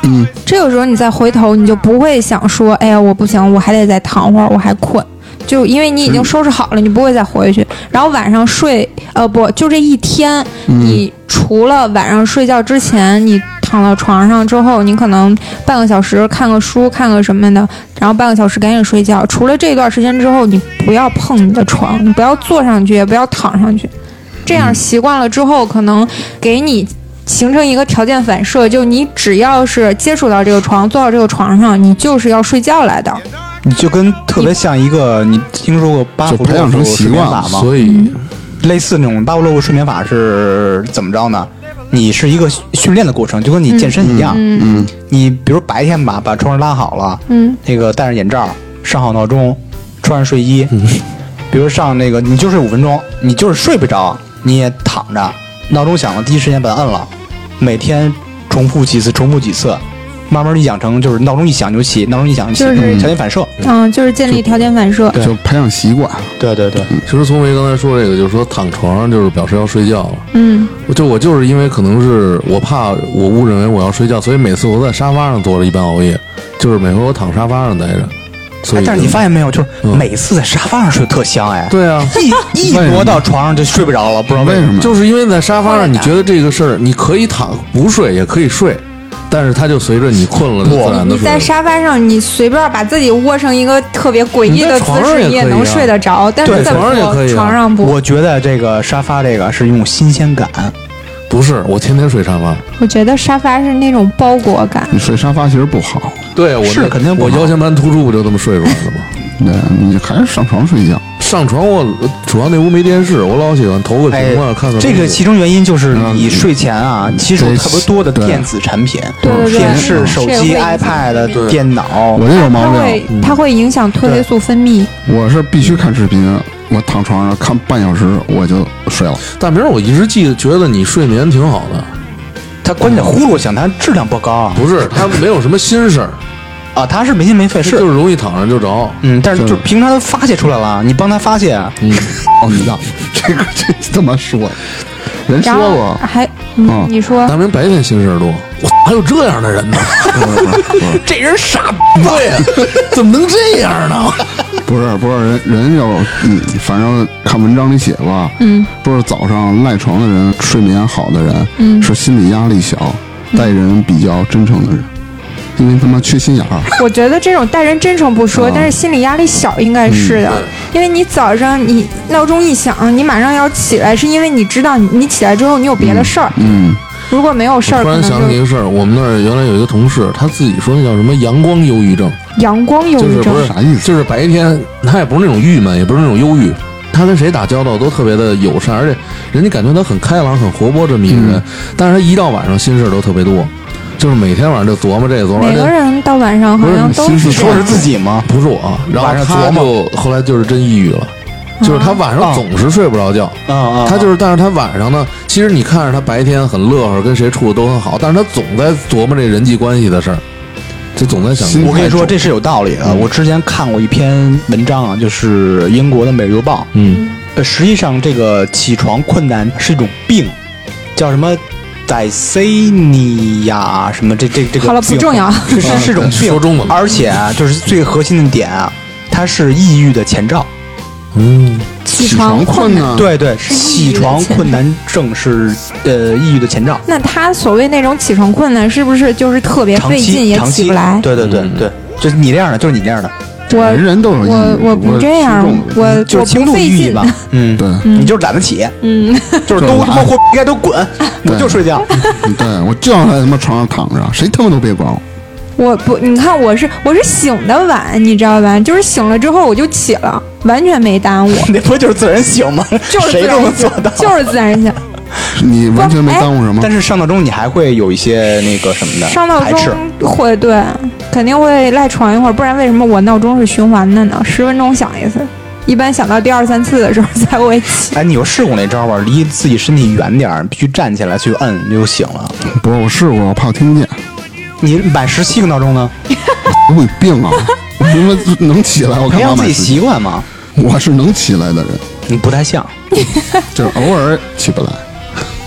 嗯，
这个时候你再回头，你就不会想说，哎呀，我不行，我还得再躺会儿，我还困。就因为你已经收拾好了，你不会再回去。然后晚上睡，呃，不，就这一天，你嗯除了晚上睡觉之前，你躺到床上之后，你可能半个小时看个书，看个什么的，然后半个小时赶紧睡觉。除了这段时间之后，你不要碰你的床，你不要坐上去，也 [laughs] 不要躺上去。这样习惯了之后，可能给你形成一个条件反射，就你只要是接触到这个床，坐到这个床上，你就是要睡觉来的。
你就跟特别像一个，你听说过巴甫
就培
洛
养
夫
成习
睡眠
惯
法
了
吗？
所
嗯
以，
类似那种巴甫洛夫睡眠法是怎么着呢？你是一个训练的过程，就跟你健身一样。
嗯
你比如白天吧，把窗帘拉好了，
嗯，
那个戴上眼罩，上好闹钟，穿上睡衣，比如上那个你就睡五分钟，你就是睡不着，你也躺着，闹钟响了第一时间把它摁了，每天重复几次，重复几次，慢慢地养成就是闹钟一响就起，闹钟一响就起，
就是
条件反射。
嗯，就是建立条件反射。
就培养习惯。
对对对，
其实从维刚才说这个，就是说躺床上就是表示要睡觉了。
嗯，
我就我就是因为可能是我怕我误认为我要睡觉，所以每次我在沙发上坐着一般熬夜，就是每回我躺沙发上待着，所以
哎
就、
但是你发现没有，就是
嗯
每次在沙发上睡特香哎，
对啊，
一一挪到床上就睡不着了，不知道
为
什
什么？
就是因为在沙发上你觉得这个事儿你可以躺不睡也可以睡，但是它就随着你困了就自然
嗯你
的
在
睡了。
沙发上，你随便把自己窝成一个特别诡异的姿
你在床上也可
势，
以啊
你也能睡得着。但
对
是在
床上也可以啊
床上
么。
不，
我觉得这个沙发这个是一种新鲜感，
不是，我天天睡沙发。
我觉得沙发是那种包裹感。
你睡沙发其实不好，
对，我
是
那
肯定不
我
好
腰间盘突出不就这么睡出来的吗？
对，你还是上床睡觉。
[laughs] 上床我呃主要那屋没电视，我老喜欢投个
哎
屏幕、看看。
这个其中原因就是你睡前啊，其实有
对
特别多的
对
电子产品，
对对对
电视、
是
手
会
机、
影响
iPad、
对
电
哦
脑
我，这有
它
毛病
会，它会影响褪黑素分泌。
我是必须看视频，我躺床上看半小时我就睡了。
大明儿，我一直记得觉得你睡眠挺好的，
它关键呼噜响，它质量不高
不是 [laughs] 他没有什么心事儿，
啊，它是没心没肺。
就是是容易躺上就着。
嗯，但是就是平常它发泄出来了，你帮它发泄，
哦，你知道这个这这么说，人说
然后
过，
还，嗯
嗯
你
[laughs]
说
大明白天心事儿多，我操还有这样的人 [laughs] 呢？
这人傻。
对呀、怎么能这样呢？
不是不是人人有嗯，反正看文章里写过，嗯，不是早上赖床的人，
嗯
睡眠好的人，嗯，是心理压力小，待人比较真诚的人，因为他妈缺心眼儿。
我觉得这种待人真诚不说，但是心理压力小应该是的，因为你早上你闹钟一响，你马上要起来，是因为你知道你你起来之后你有别的事儿。
嗯，
如果没有事儿，
突
可
然想
能
起一
就
个事儿，我们那儿原来有一个同事，他自己说那叫什么阳光忧郁症，
阳光忧
就是
郁症
不。是
啥意思
就是白天他也不是那种郁闷，也不是那种忧郁，他跟谁打交道都特别的友善，而且人家感觉他很开朗、很活泼这么一个
嗯
人，但是他一到晚上心事儿都特别多，就是每天晚上就琢磨这琢磨
每个
那。
人到晚上好像都
不是
是
你
你
这
说
样
是自己吗？
不是我，啊然后
晚上
他
琢磨
就后来就是真抑郁了，
啊
就是他晚上总是睡不着觉。
啊啊，
嗯他就是，但是他晚上呢，其实你看着他白天很乐呵，跟谁处的都很好，但是他总在琢磨这人际关系的事儿，就总在想
心
我跟你说，这是有道理的。我之前看过一篇文章啊，就是英国的《每日邮报》。
嗯，
呃，实际上这个起床困难是一种病，叫什么？塞西尼亚什么这这这个
好了不
病
重要
是是是种病。
啊说中文吧
而且啊就是最核心的点啊，它是抑郁的前兆。
嗯，
起床
床
困难。
难，，
对对，
抑
起
郁的
床
前兆
困难症是呃抑郁的前兆，
那他所谓那种起床困难，是不是就是特别
长
费劲
期
也
长
起
期
不来？
对对对
嗯
对，就是你这样的，就是你这样的，
我
人人都有抑郁
我我不
我
这样
是这，种
我
就是
我
轻
不
度
费
抑郁
劲
吧。嗯，
对，
你就是懒得起，
嗯，
就是都
懒
他妈活该都滚，我就睡觉。 [laughs]
嗯对我就要在他妈床上躺着，谁他妈都别管我。
[laughs] 我不，你看我是我是醒的晚，你知道吧？就是醒了之后我就起了，完全没耽误，
那不就是自然醒吗？
就是
谁
自
都能
然
做
醒
到，，
就是自然醒。
你完全
哎
没耽误什么
但。是上闹钟你还会有一些 [laughs] 那个什么的
上闹
排斥，
钟会对，肯定会赖床一会儿，不然为什么我闹钟是循环的呢？十分钟响一次，一般想到第二三次的时候才会起。
哎，你有试过那招吧？离自己身体远点儿，必须站起来去摁就醒了。
不是我试过，我怕我听不见，
你买十七个闹钟呢？
我有
[laughs]
病啊！我他妈能起来，我
没
干嘛
让自
买
己
手机
习惯吗？
我是能起来的人，
你嗯不太像，
就是偶尔起不来。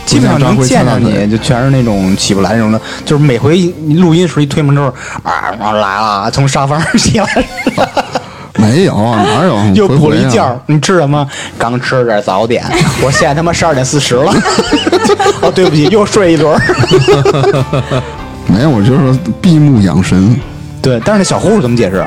基本上能见着
不像张辉前两
你
天
就全是那种起不来那种的，就是每回你录音时候一推门之后啊啊来了，从沙发上起来
没有，
[laughs]
啊哪有？
又补了
回
一
回啊
觉儿。你吃什么？刚吃了点早 [laughs] 点，我现在他妈十二点四十了。 [laughs] 哦，对不起，又睡一轮儿。
没有，我就是说闭目养神，
对，但是那小呼噜怎么解释？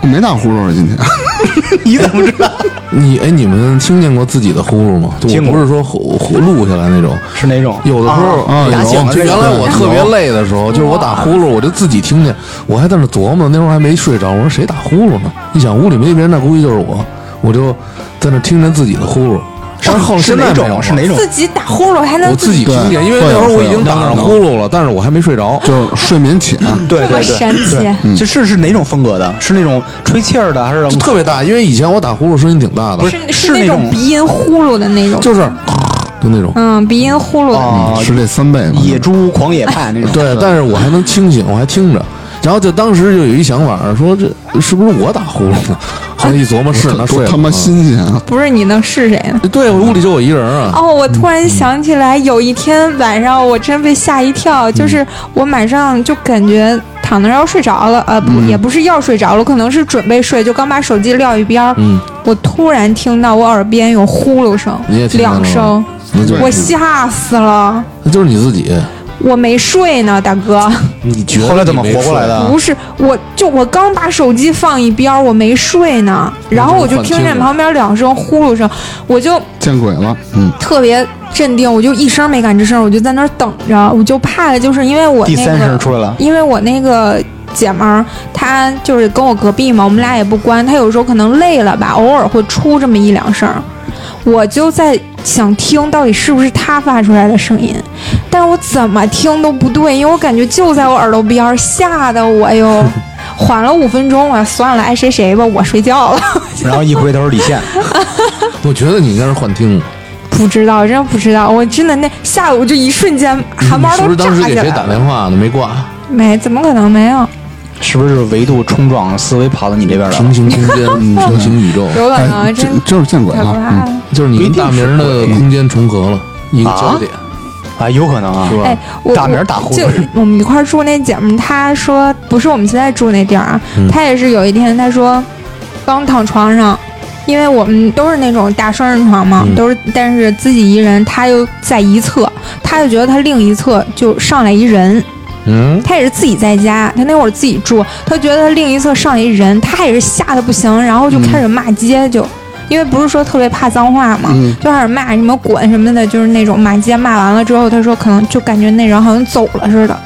没打呼噜啊今天。
[laughs] 你怎么知道？
你哎，你们听见过自己的呼噜吗？就
听
我
过
不是说呼呼录下来那种，
是哪种？
有的时候
啊
有
打醒了
就
那
原
种
来我特别累的时候，就是我打呼噜，我就自己听见，我还在那琢磨，那会儿还没睡着，我说谁打呼噜呢？一想屋里没别人，那估计就是我，我就在那听着自己的呼噜。但是后来
哦是
哦现
哪
在没
种？
有
啊
了
是哪种？
自己打呼噜还能
我自己听见，
对
因为那会儿我已经
会有
打上呼噜了，但是我还没睡着。
就是睡眠浅，
对对
这么
对，
神奇
对
嗯
就是是哪种风格的？是那种吹气儿的，还是
就特别大，因为以前我打呼噜声音挺大的，
不是
是
是
那
那种
种鼻音呼噜的那种，
就是啊就那种。
嗯，鼻音呼噜的那种。
嗯
哦
是这三倍吧？
野猪狂野派那种？
对，
[laughs]
但是我还能清醒，我还听着。然后就当时就有一想法，说这是不是我打呼噜呢？后来一琢磨
哎
是，那睡
多
了
他妈
啊
新鲜啊！
不是你能是谁呢？
对，屋里就我一人啊。
哦，我突然想起来，有一天晚上我真被吓一
嗯
跳，就是我马上就感觉躺那儿要睡着了，呃，
嗯
不，也不是要睡着了，可能是准备睡，就刚把手机撂一边儿，
嗯，
我突然听到我耳边有呼噜声
你也，听见了
两
吗嗯
声，
那就
我吓死了。
那就是你自己。
我没睡呢，大哥，
你觉
后来怎么活过来的？？
不是，我就我刚把手机放一边儿，我没睡呢，然后我就听见旁边两声呼噜声，我就
见鬼了，嗯，
特别镇定，我就一声没敢吱声，我就在那儿等着，我就怕的就是因为我、那
第
个、
三声出来了，
因为我那个姐们儿，她就是跟我隔壁嘛，我们俩也不关，她有时候可能累了吧，偶尔会出这么一两声儿，我就在想听到底是不是她发出来的声音，但我怎么听都不对，因为我感觉就在我耳朵边儿，吓得我哟。 [laughs] 缓了五分钟，我算了，爱谁谁吧，我睡觉了。 [laughs]
然后一回头李现，
我觉得你应该是幻听。
不知道，真不知道，我真的那下午就一瞬间汗毛
你是
都
不是
炸
当时
起
给
来
谁
了。
打电话呢？没挂，
没，怎么可能没有？
是不是维度冲撞思维跑到你这边来
平
了？
行空
[laughs]
间、嗯平行宇宙，
有
嗯
可
哎
能，
这
啊真
就是见鬼
太可
了，
怕
嗯，
了。
就是你跟大明的空间重合了，一个交点，
啊，有可能啊
是。吧
哎？，我
大
我
明儿打呼噜
就我们一块儿住那姐们儿，她说不是我们现在住那地儿啊，
嗯
她也是有一天她说刚躺床上，因为我们都是那种大双人床嘛，
嗯
都是但是自己一人，她又在一侧，她就觉得她另一侧就上来一人，
嗯，
她也是自己在家，她那会儿自己住，她觉得她另一侧上来一人，她也是吓得不行，然后就开始骂街就。因为不是说特别怕脏话嘛，
嗯
就开始骂什么滚什么的，就是那种骂街。骂完了之后，她说可能就感觉那人好像走了似的，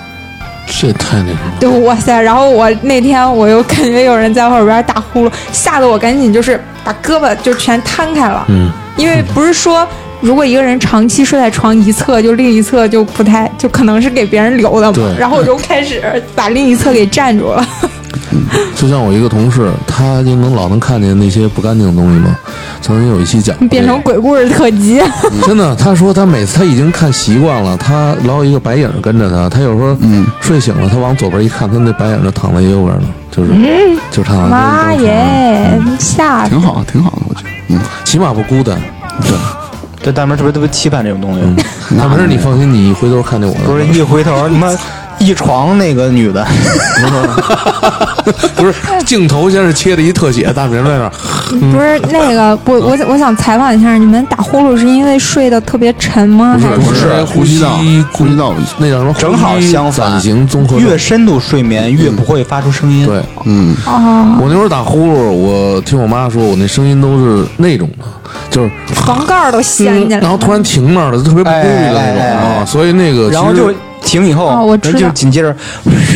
这也太那什么了。
对，哇塞！然后我那天我又感觉有人在我耳边打呼噜，吓得我赶紧就是把胳膊就全摊开了，
嗯，
因为不是说如果一个人长期睡在床一侧，就另一侧就不太就可能是给别人留的嘛
对。
然后我就开始把另一侧给占住
[laughs]
了。
就像我一个同事，他就能老能看见那些不干净的东西嘛。曾经有一期讲过这
变
个
成鬼故事特辑， [laughs]
真的，他说他每次他已经看习惯了，他老有一个白影跟着他，他有时候
嗯
睡醒了，他往左边一看，他那白影就躺在右边了，就是、就躺在那
嗯妈
个床上，
耶，吓死！
挺好，挺好的，我觉得，嗯，
起码不孤单。
对，大明儿特别特别期盼这种东西，
大明儿，你放心，你一回头看见我了，
不是一回头你妈一床那个女
[laughs]
的，
不是镜头先是切的一特写，大明儿在那儿，嗯
不是那个，我我想我想采访一下，你们打呼噜是因为睡得特别沉吗？还
不是
呼
呼
吸
吸道呼吸道
那叫什么？
正好相
呼
反，
吸反型综合症
越深度睡眠越不会发出声音。
对。
嗯，
哦，
我那会儿打呼噜，我听我妈说，我那声音都是那种的，就是嗯
房盖儿都掀起来了。
然后突然停那儿了，就特别不规律的那
哎哎哎
种
哎
啊，所以那个
然后
其实
就停以后，
哦我
然后
知
就
道
紧接着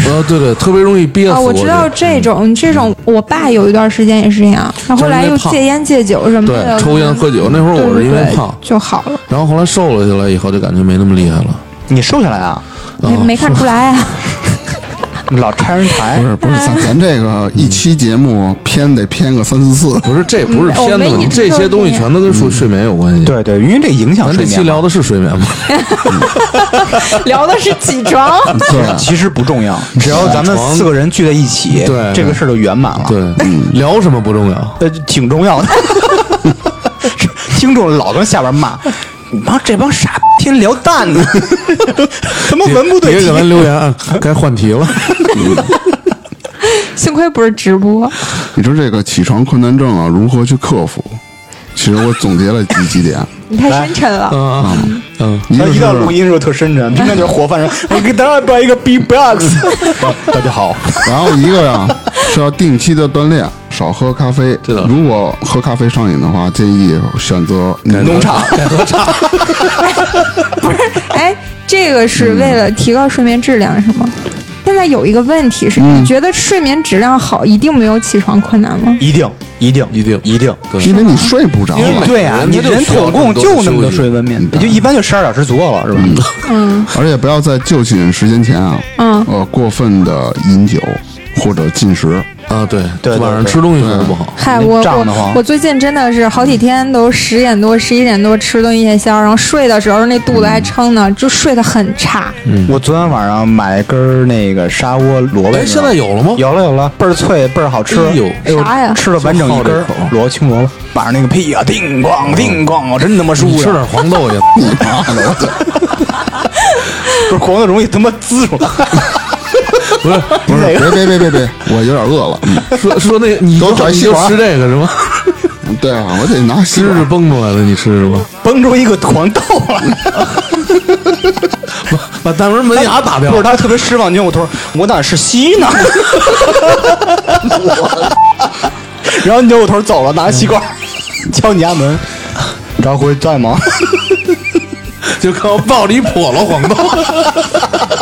呃，对对，特别容易憋死。
啊，我知
觉
道
得
这种这种，我爸有一段时间也是这样，他后来又戒烟戒酒什么的，
对抽烟喝酒那会儿我是因为
嗯对对对
胖
就好了，
然后后来瘦了下来以后，就感觉没那么厉害了。
你瘦下来啊？
没没看出来啊，
老拆人台
不，是不是，咱咱这个
嗯
一期节目偏得偏个三四
[laughs]
次，
不是，这不是
嗯我
偏
们
的问题，
一直
这
都
些东西
这样
全都跟睡睡眠有关系。，
嗯对对，因为这影响
咱这
睡
期
眠嘛。
聊的是睡眠吗？
[laughs] 聊的是
[laughs]
起床，
对，
其实不重要，只要咱们四个人聚在一起，
对
这个事儿就圆满了。， [laughs]
对，聊什么不重要，
呃，挺重要的。听众老跟下边骂，你妈这帮傻逼天聊蛋呢，他妈 [laughs] 文不对
别给
题。
咱留
[laughs]
言，啊该换题了。
幸亏不是直播。
你说这个起床困难症啊，如何去克服？其实我总结了几几点，
你太深沉了，
嗯嗯，
[laughs]
一
他
个
一
是
到录音的时候特深沉，平常就是活泛人。我给大家表演一个 B-box。大家好，
[laughs] 然后一个呀是要定期的
[laughs]
锻炼，少喝咖啡。
对的
如果喝咖啡上瘾的话，建议选择农场。
哎，这个是为了提高睡眠质量是吗？现在有一个问题是，
嗯
你觉得睡眠质量好一定没有起床困难吗？
一定一定
一定
一定。
[laughs] 因为你睡不着
因为
了，
对啊，
人
你
家就
人
需要
总
这么
共
多
就
的
那么
休
多
息
睡眠眠，也就一般就十二小时足够了，是吧？
而且不要在就寝时间前啊，
嗯
呃，过分的饮酒或者
[laughs]
进食。
啊，对，
对对
晚上
对
吃东西睡得不好，
嗨，我
胀得慌
我我最近真的是好几天都十点多、十一点多吃顿夜宵，然后睡的时候那肚子还撑
嗯
呢，就睡得很差。
我昨天晚上买根儿那个砂锅萝卜，
哎，现在有了吗？
有了有了，倍儿脆，倍儿好吃。
哎呦
啥呀
吃了完整一根儿
就好这口
萝卜青萝嗯卜，晚上那个屁呀，叮咣叮咣，我真他妈舒
你
服。
吃点黄豆去。
你妈的，
不是黄的容易他妈滋 [laughs] 出来。
不是，别别别别别，我有点饿了。
[laughs]
嗯
说说那，你
给我
就
找一
你
吸
就
管儿
吃这个是吗？ [laughs]
对啊，我得拿
今
吸
儿是
管。
蹦出来的，你吃是吗？
崩出一个黄豆来，
[laughs] 把大门门牙 [laughs] 打掉
不是，他特别失望，因为我头，我哪是西呢？然后扭过头走了，拿吸管敲你家门，你知道回在吗？
就看我抱着一笸箩黄豆。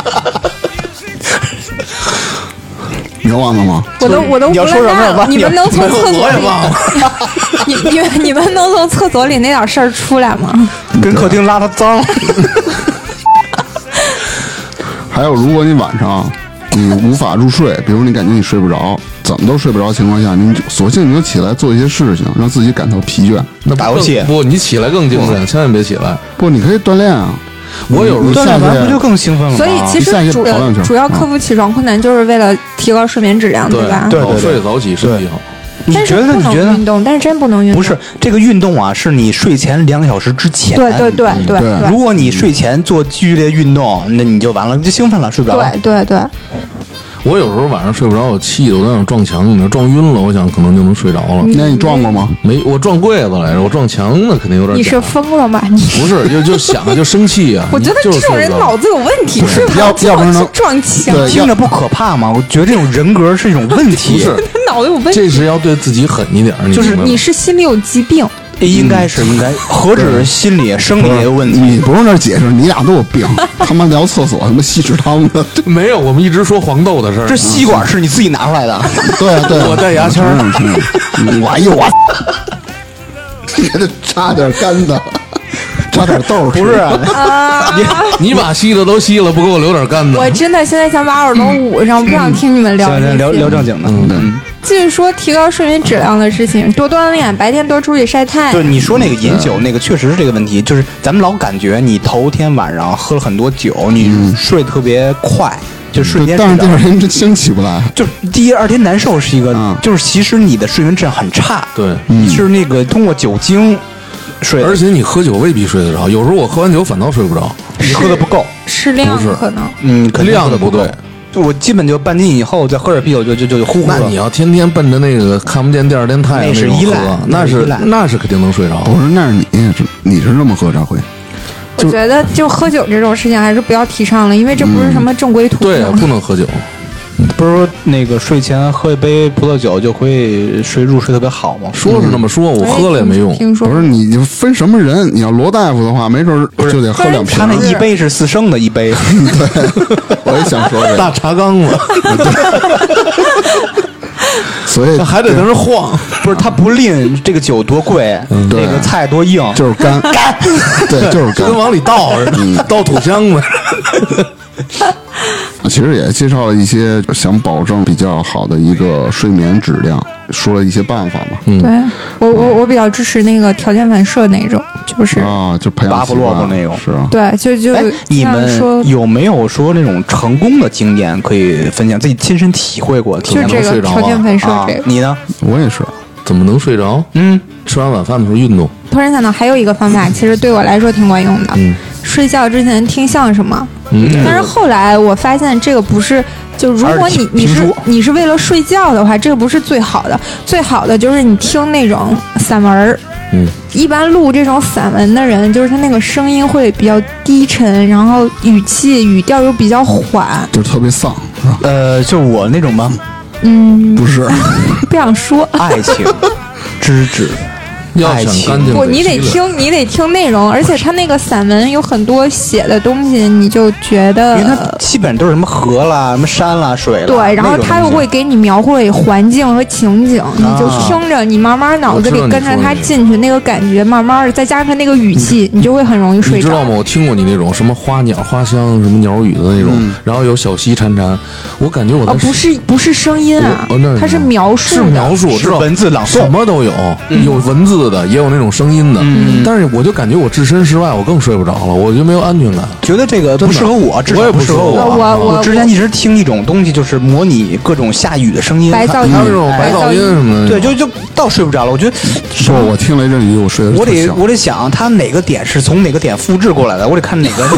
你忘了吗？
我都我都
你要
无
说
论
什么
那
我忘
样，你们
了
能从
没有
厕所
我也
里
忘，
[laughs] 你你们你们能从厕所里那点事儿出来吗？
[laughs] 跟客厅拉他 [laughs] 脏了，
还有，如果你晚上啊你无法入睡，比如你感觉你睡不着，怎么都睡不着的情况下，你就索性你就起来做一些事情，让自己感到疲倦。
[laughs] 那
打游戏
[laughs] 不，你起来更精神，千万别起来。
不，你可以锻炼啊。
我有时候
你
锻
下
炼完不就
去，
更兴奋了吗？
所以其实
下去
主
跑两圈
主要克服起床困难，就是为了提高睡眠质量，
对
吧？
啊对
早睡早起身体好。
你
但是
觉得？
不
你
能
觉得
运？动，但是真不能运
不
动。
是这个运动啊，是你睡前两个小时之前。
对对对对
对
嗯如果你睡前做剧烈运动，那你就完了，你就兴奋了，睡不着了。
对对对，
我有时候晚上睡不着，我气的我都想撞墙，你知道撞晕了，我想可能就能睡着了。
那你撞过吗？
没，我撞柜子来着，我撞墙那肯定有点
你
假。
是疯了吧？你
[laughs]
不是就就想啊就生气呀、
[laughs] 我觉得
你就
这
是
种
睡
人
不着
脑子有问题，是吧？
要
就
要不然呢
撞墙，
对
呃听着不可怕吗？我觉得这种人格是一种问题，
不是，
他脑子有问题。
这是要对自己狠一点儿。你
就是
明白吗
你是心里有疾病，
应该是应该，何止是心理生理的问
你
题？
不用那儿解释，你俩都有病。他妈聊厕所，他妈吸食汤的。
没有，我们一直说黄豆的事儿
这。吸管是你自己拿出来的，
嗯
[laughs]
对啊，对啊，
我带牙签儿
嗯，嗯嗯我哎呦我， [laughs] 你给他插点干的，插点豆儿吃
不是？
你把吸的都吸了，不给我留点干的
我。真的现在想把耳朵捂上，不想听你们 [laughs] 聊
嗯行
这
行，聊聊
些。
正经的。嗯
继续说提高睡眠质量的事情，多锻炼，白天多出去晒太
对，
阳。
你说那个饮酒那个确实是这个问题，就是咱们老感觉你头天晚上喝了很多酒，你睡特别快，就瞬间
但
睡着
是第。二天真兴起不来。
就是第一、二天难受是一个，
嗯
就是其实你的睡眠质量很差，
对
你是那个通过酒精睡的，
而且你喝酒未必睡得着，有时候我喝完酒反倒睡不着，
你喝的不够，
适量可能。
嗯，肯定
量
喝得
不
够
对。
就我基本就半斤以后再喝点啤酒就就就就呼呼
那你
了。
要天天奔着那个看不见第二天太阳
那是
种
依赖
喝，
那
那
是
是
依赖
那是肯定能睡着。
我说那是你，你是这么喝这回？
我觉得就喝酒这种事情还是不要提倡了，因为这不是什么正规途
嗯对，啊
径。
不能喝酒。
不是说那个睡前喝一杯葡萄酒就会睡入睡特别好吗？
说是那么说，我喝了也没
哎
用。
听说
不是你你分什么人？你要罗大夫的话，没准儿就得喝两瓶
他
儿。
那一杯是四升的一杯， [laughs]
我也想说这
大
个，
茶缸子，
所以
还得在那儿晃。
[laughs] 不是他不吝这个酒多贵，
对
那个菜多硬，
就是干干，
[laughs]
对，就是
就
嗯
干
跟。往里倒似的，倒土箱子。
其实也介绍了一些想保证比较好的一个睡眠质量，说了一些办法嘛。嗯
对我我我比较支持那个条件反射那种，就是、
啊，就培
拔
养
不
习
萝
惯
卜那种
是啊，
对，就就
哦哎，你
呃像说
们有没有说那种成功的经验可以分享？自己亲身体会过，体
就
验
这
过
个
睡着
条件反射
啊
这个，？
你呢？
我也是。
怎么能睡着？
嗯，
吃完晚饭的时候运动，
突然想到还有一个方法，其实对我来说挺管用的。
嗯
睡觉之前听相声嘛，
嗯，
但是后来我发现这个不是，就如
还
果
是听
你你
听
是
书
你是为了睡觉的话，这个不是最好的。最好的就是你听那种散文儿，
嗯，
一般录这种散文的人，就是他那个声音会比较低沉，然后语气语调又比较缓，
就是特别丧，是吧？
呃，就是我那种吗？
嗯 [laughs]
不是，
不想说。
爱
[laughs]
情、知识，
要
爱
想
情
干净，
不，你得
洗脸。
听，你得听内容，而且他那个散文有很多写的东西，你就觉得
因为它基本都是什么河啦、什么山啦、水啦，
呃对，然后
那种
他又
东西
会给你描绘环境和情景，你就听着，你慢慢脑子里
啊我知道你
跟着
说的
他
那个
进去，那个感觉，慢慢的再加上那个语气，你就会很容易
你
睡
知道
着
吗？。我听过你那种什么花鸟、花香、什么鸟语的那种，
嗯
然后有小溪潺潺，我感觉我在、
哦，不是不是声音啊
我哦那，是
它
什么
描述
是
的
描述，我知道
是文字朗诵嗯
什么都有，有文字的，也有那种声音的。但是我就感觉我置身事外，我更睡不着了，我就没有安全感。
觉得这个不
真的
适合我，至少
我也不
适合
适合
我。
我我我
之前一直听一种东西，就是模拟各种下雨的声音，
白噪音
还有那种白噪音什么的，
嗯对，就就到睡不着了。我觉得
嗯
不，我听了一阵雨，我睡得
我
特
得
香
我得想它哪个点是从哪个点复制过来的，我得看哪个。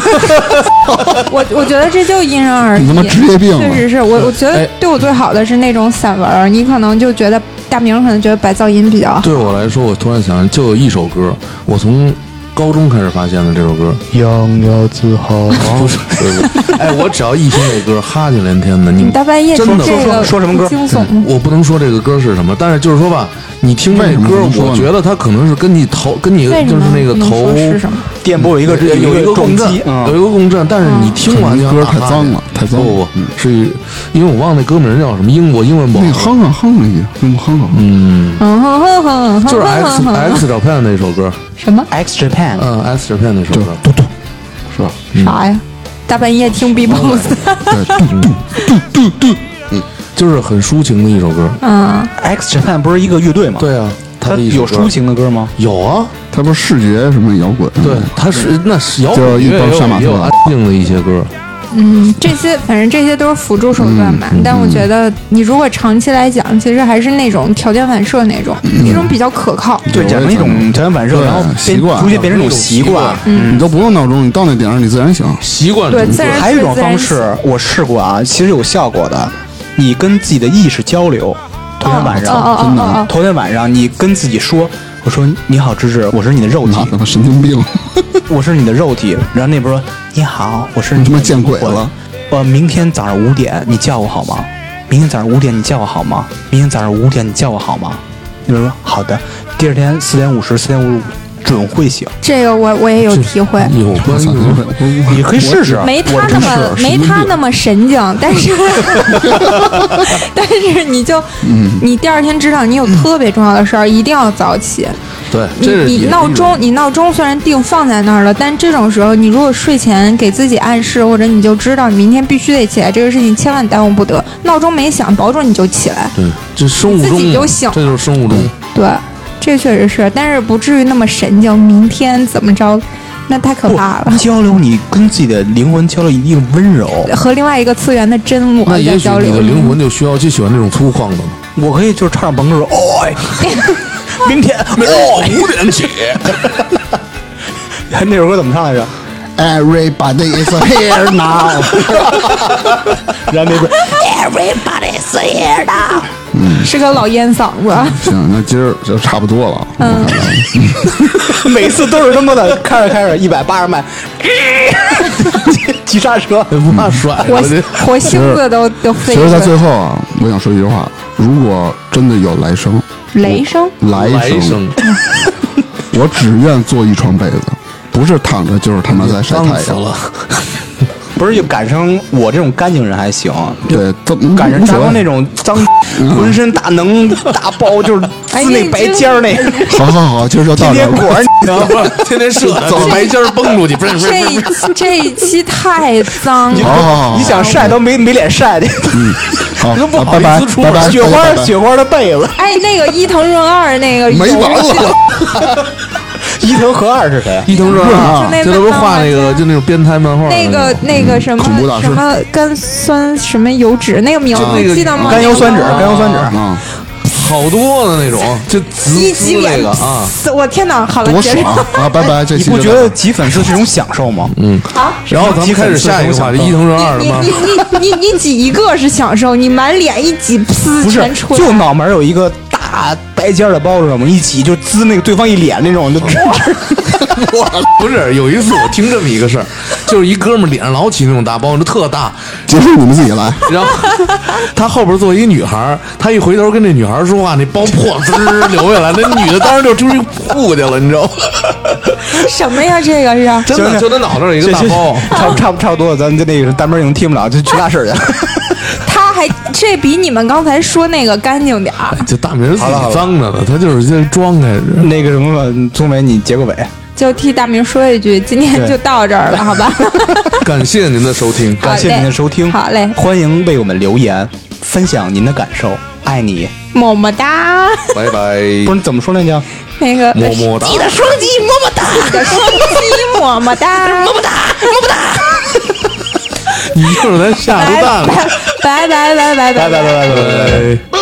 我我觉得这就因人而异。
你他妈职业病啊
确
了
实是我，我觉得
哎
对我最好的是那种散文儿，你可能就觉得大明可能觉得白噪音比较好。
对我来说，我突然想，就有一首歌，我从高中开始发现的这首歌。
洋洋自豪。
[laughs] 不是，对不对哎，我只要一听这歌，哈气连天的。你
你大半夜
真
听
的
这
说嗯
个
说说什么歌
不惊悚吗？
我不能说这个歌是什么，但是就是说吧，你听这
为什么
歌
不能，说
我
呢
觉得它可能是跟你头，跟你
为什
就
么
是那个
不能
头
说是什么？
电波有一个
嗯
嗯
有有一个
重
共振
击，，
有一个共振，但是
嗯
你听完
可
就
啊能歌太脏了太脏了
不不不，是因为我忘了那哥们儿叫什么，英国英文不
那个
好，
哼哼哼了一句，用哼哼哼，
嗯哼哼哼哼
就是
哼
X
哼哼
X 照片那首歌，
什么
X Japan，
嗯，X 照片那首歌，
是吧？
嗯
啥呀？大半夜听 B-box，
就是很抒情的一首歌。
嗯，
X Japan 不是一个乐
哦
队吗？，
对啊，
它
的一首
有
歌
抒，情的歌吗？
有啊，嗯
他不是视觉什么摇滚？啊
对，他是那是摇
就
滚
一
乐
帮
也
杀马
有
特
也有安静的一些歌，
嗯，这些反正这些都是辅助手段吧。但我觉得你如果长期来讲，其实还是那种条件反射那种，那种比较可靠。
对，
有
讲了
我
一
也觉
种条件反射，
对
然后变
习惯
逐渐变成一种习惯。
嗯
你都不用闹钟，你到那点儿你自然醒。
习惯
对
中
自
国
然
还有一种方
自
式，我试过啊，其实有效果的。你跟自己的意识交流，头天晚
哦哦
上，
哦哦哦
头天晚上你跟自己说：“我说你好，芝芝，我是你的肉体
妈，他妈神经病！
我是你的肉体。”然后那边说：“你好，我是你
你
的
他妈见鬼
魂
了！
呃，明天早上五点你叫我好吗？明天早上五点你叫我好吗？明天早上五点你叫我好吗？”那边说：“好的。”第二天四点五十、四点五十五准会醒。
这个我我也有体会，
有关系
操
吗？
你可以试
啊
试，
没
我
他那么没他那么神经，但是但是你就你第二天知道你有特别重要的事儿，一定要早起。
对，
你
这是也
你
是
闹
一种
钟，你闹钟虽然定放在那儿了，但这种时候，你如果睡前给自己暗示，或者你就知道你明天必须得起来，这个事情千万耽误不得。闹钟没响，保准你就起来。
对，这生物
你自
钟
己
嘛，
嗯就醒
这就是生物钟。
对，这确实是，但是不至于那么神经。明天怎么着？那太可怕了
不。交流，你跟自己的灵魂交流一定温柔。
和另外一个次元的真我
那
在
也许
交
你
流
的。灵魂就需要就喜欢这种粗犷的呢。
我可以就是唱着甭说，哦，
[laughs]
哎明天哦，
五点起，
[laughs] 那首歌怎么唱来
[laughs]
着？
Everybody is here now。
然后那个
Everybody's here now，是个老烟
[laughs]
嗓子。
行，那今儿就差不多了。嗯，
[laughs] 每次都是他妈的， [laughs] 开着开着一百八十迈， [laughs] 急刹车。
不
[laughs]
怕甩
活
了这。
活星子都都
其
飞
实，在
了，
最后啊，我想说一句话：如果真的有来生，
雷声。
来
来生，
我只愿做一床被子，不是躺着就是他妈在晒
脏
太
死
阳。
了，
不是就赶上我这种干净人还行，
对，都
赶上
无
大
所
光那
谓。
种脏，浑身大
[laughs]
能大包，就是
哎
滋那
你
白
这
尖儿
[laughs]
那，
好好好，今儿就到
天
这
天裹
儿。
着你知道吗？
[laughs] 天天射，走白尖儿蹦出去， [laughs] 不是不是
这一这一期太脏
你
好
了，
好好好
你想晒都没没脸晒去， [laughs]
好，
都不
啊
好
拜
意
拜
思出
拜拜，
门。雪
拜
花
拜
雪花的被
[laughs]
子，
哎，那个伊藤润二那个
没
油
完了，
伊藤和二是
啊
谁？
伊藤润
就
二
那，
这都是画那个就那种变态漫画的
那个
种
那个什么
恐怖大师
什么甘酸什么油脂那个名字
就那个
你记得吗？
甘油酸酯，甘油酸酯。 [laughs]
啊，
好多的那种，就滋
一激
滋那
脸
个啊，！
我天哪！好了，
多
结束
爽。啊！拜拜，这
你
期
不
就
觉
到这
得
儿
挤粉丝是一种享受吗？
嗯
好，
然后咱们开始下一个话题，伊藤润啊二的
你
漫
你
画。
你你你挤一个是享受，你满脸一挤，噗，
不是
全，出来
就脑门儿有一个大白尖儿的包，知道吗？一挤就滋那个对方一脸那种，就 [laughs]
我 [laughs] 不是有一次我听这么一个事儿，就是一哥们儿脸上老起那种大包，就特大，
结束你们自己来。
然后他后边坐一女孩儿，他一回头跟那女孩儿说话，那包破滋儿流下来，那女的当时就出去吐去了，你知道吗？
什么呀？这个是
真的，
行
就他脑袋上有一个大包。
差不差不差不多了，咱们就那个单门已经踢不了， [laughs] 就去拉屎去。
他还这比你们刚才说那个干净点儿。
哎就大明儿自
好了好了
己脏着呢，他就是在装开着。
那个什么，宗伟，你结个尾。
就替大明说一句，今天
对
就到这儿了，好吧？
感谢您的收听，
感谢您的收听，
好嘞
欢迎为我们留言，分享您的感受，爱你。
么么哒，
拜拜，
不是怎么说来着？
那个
么么哒。
双击么么哒，你的双击么么哒，么么哒，
你一会儿咱下
拜
蛋
拜
了，
拜拜拜拜
拜拜
拜
拜拜拜拜拜拜。
拜。哎
Bye.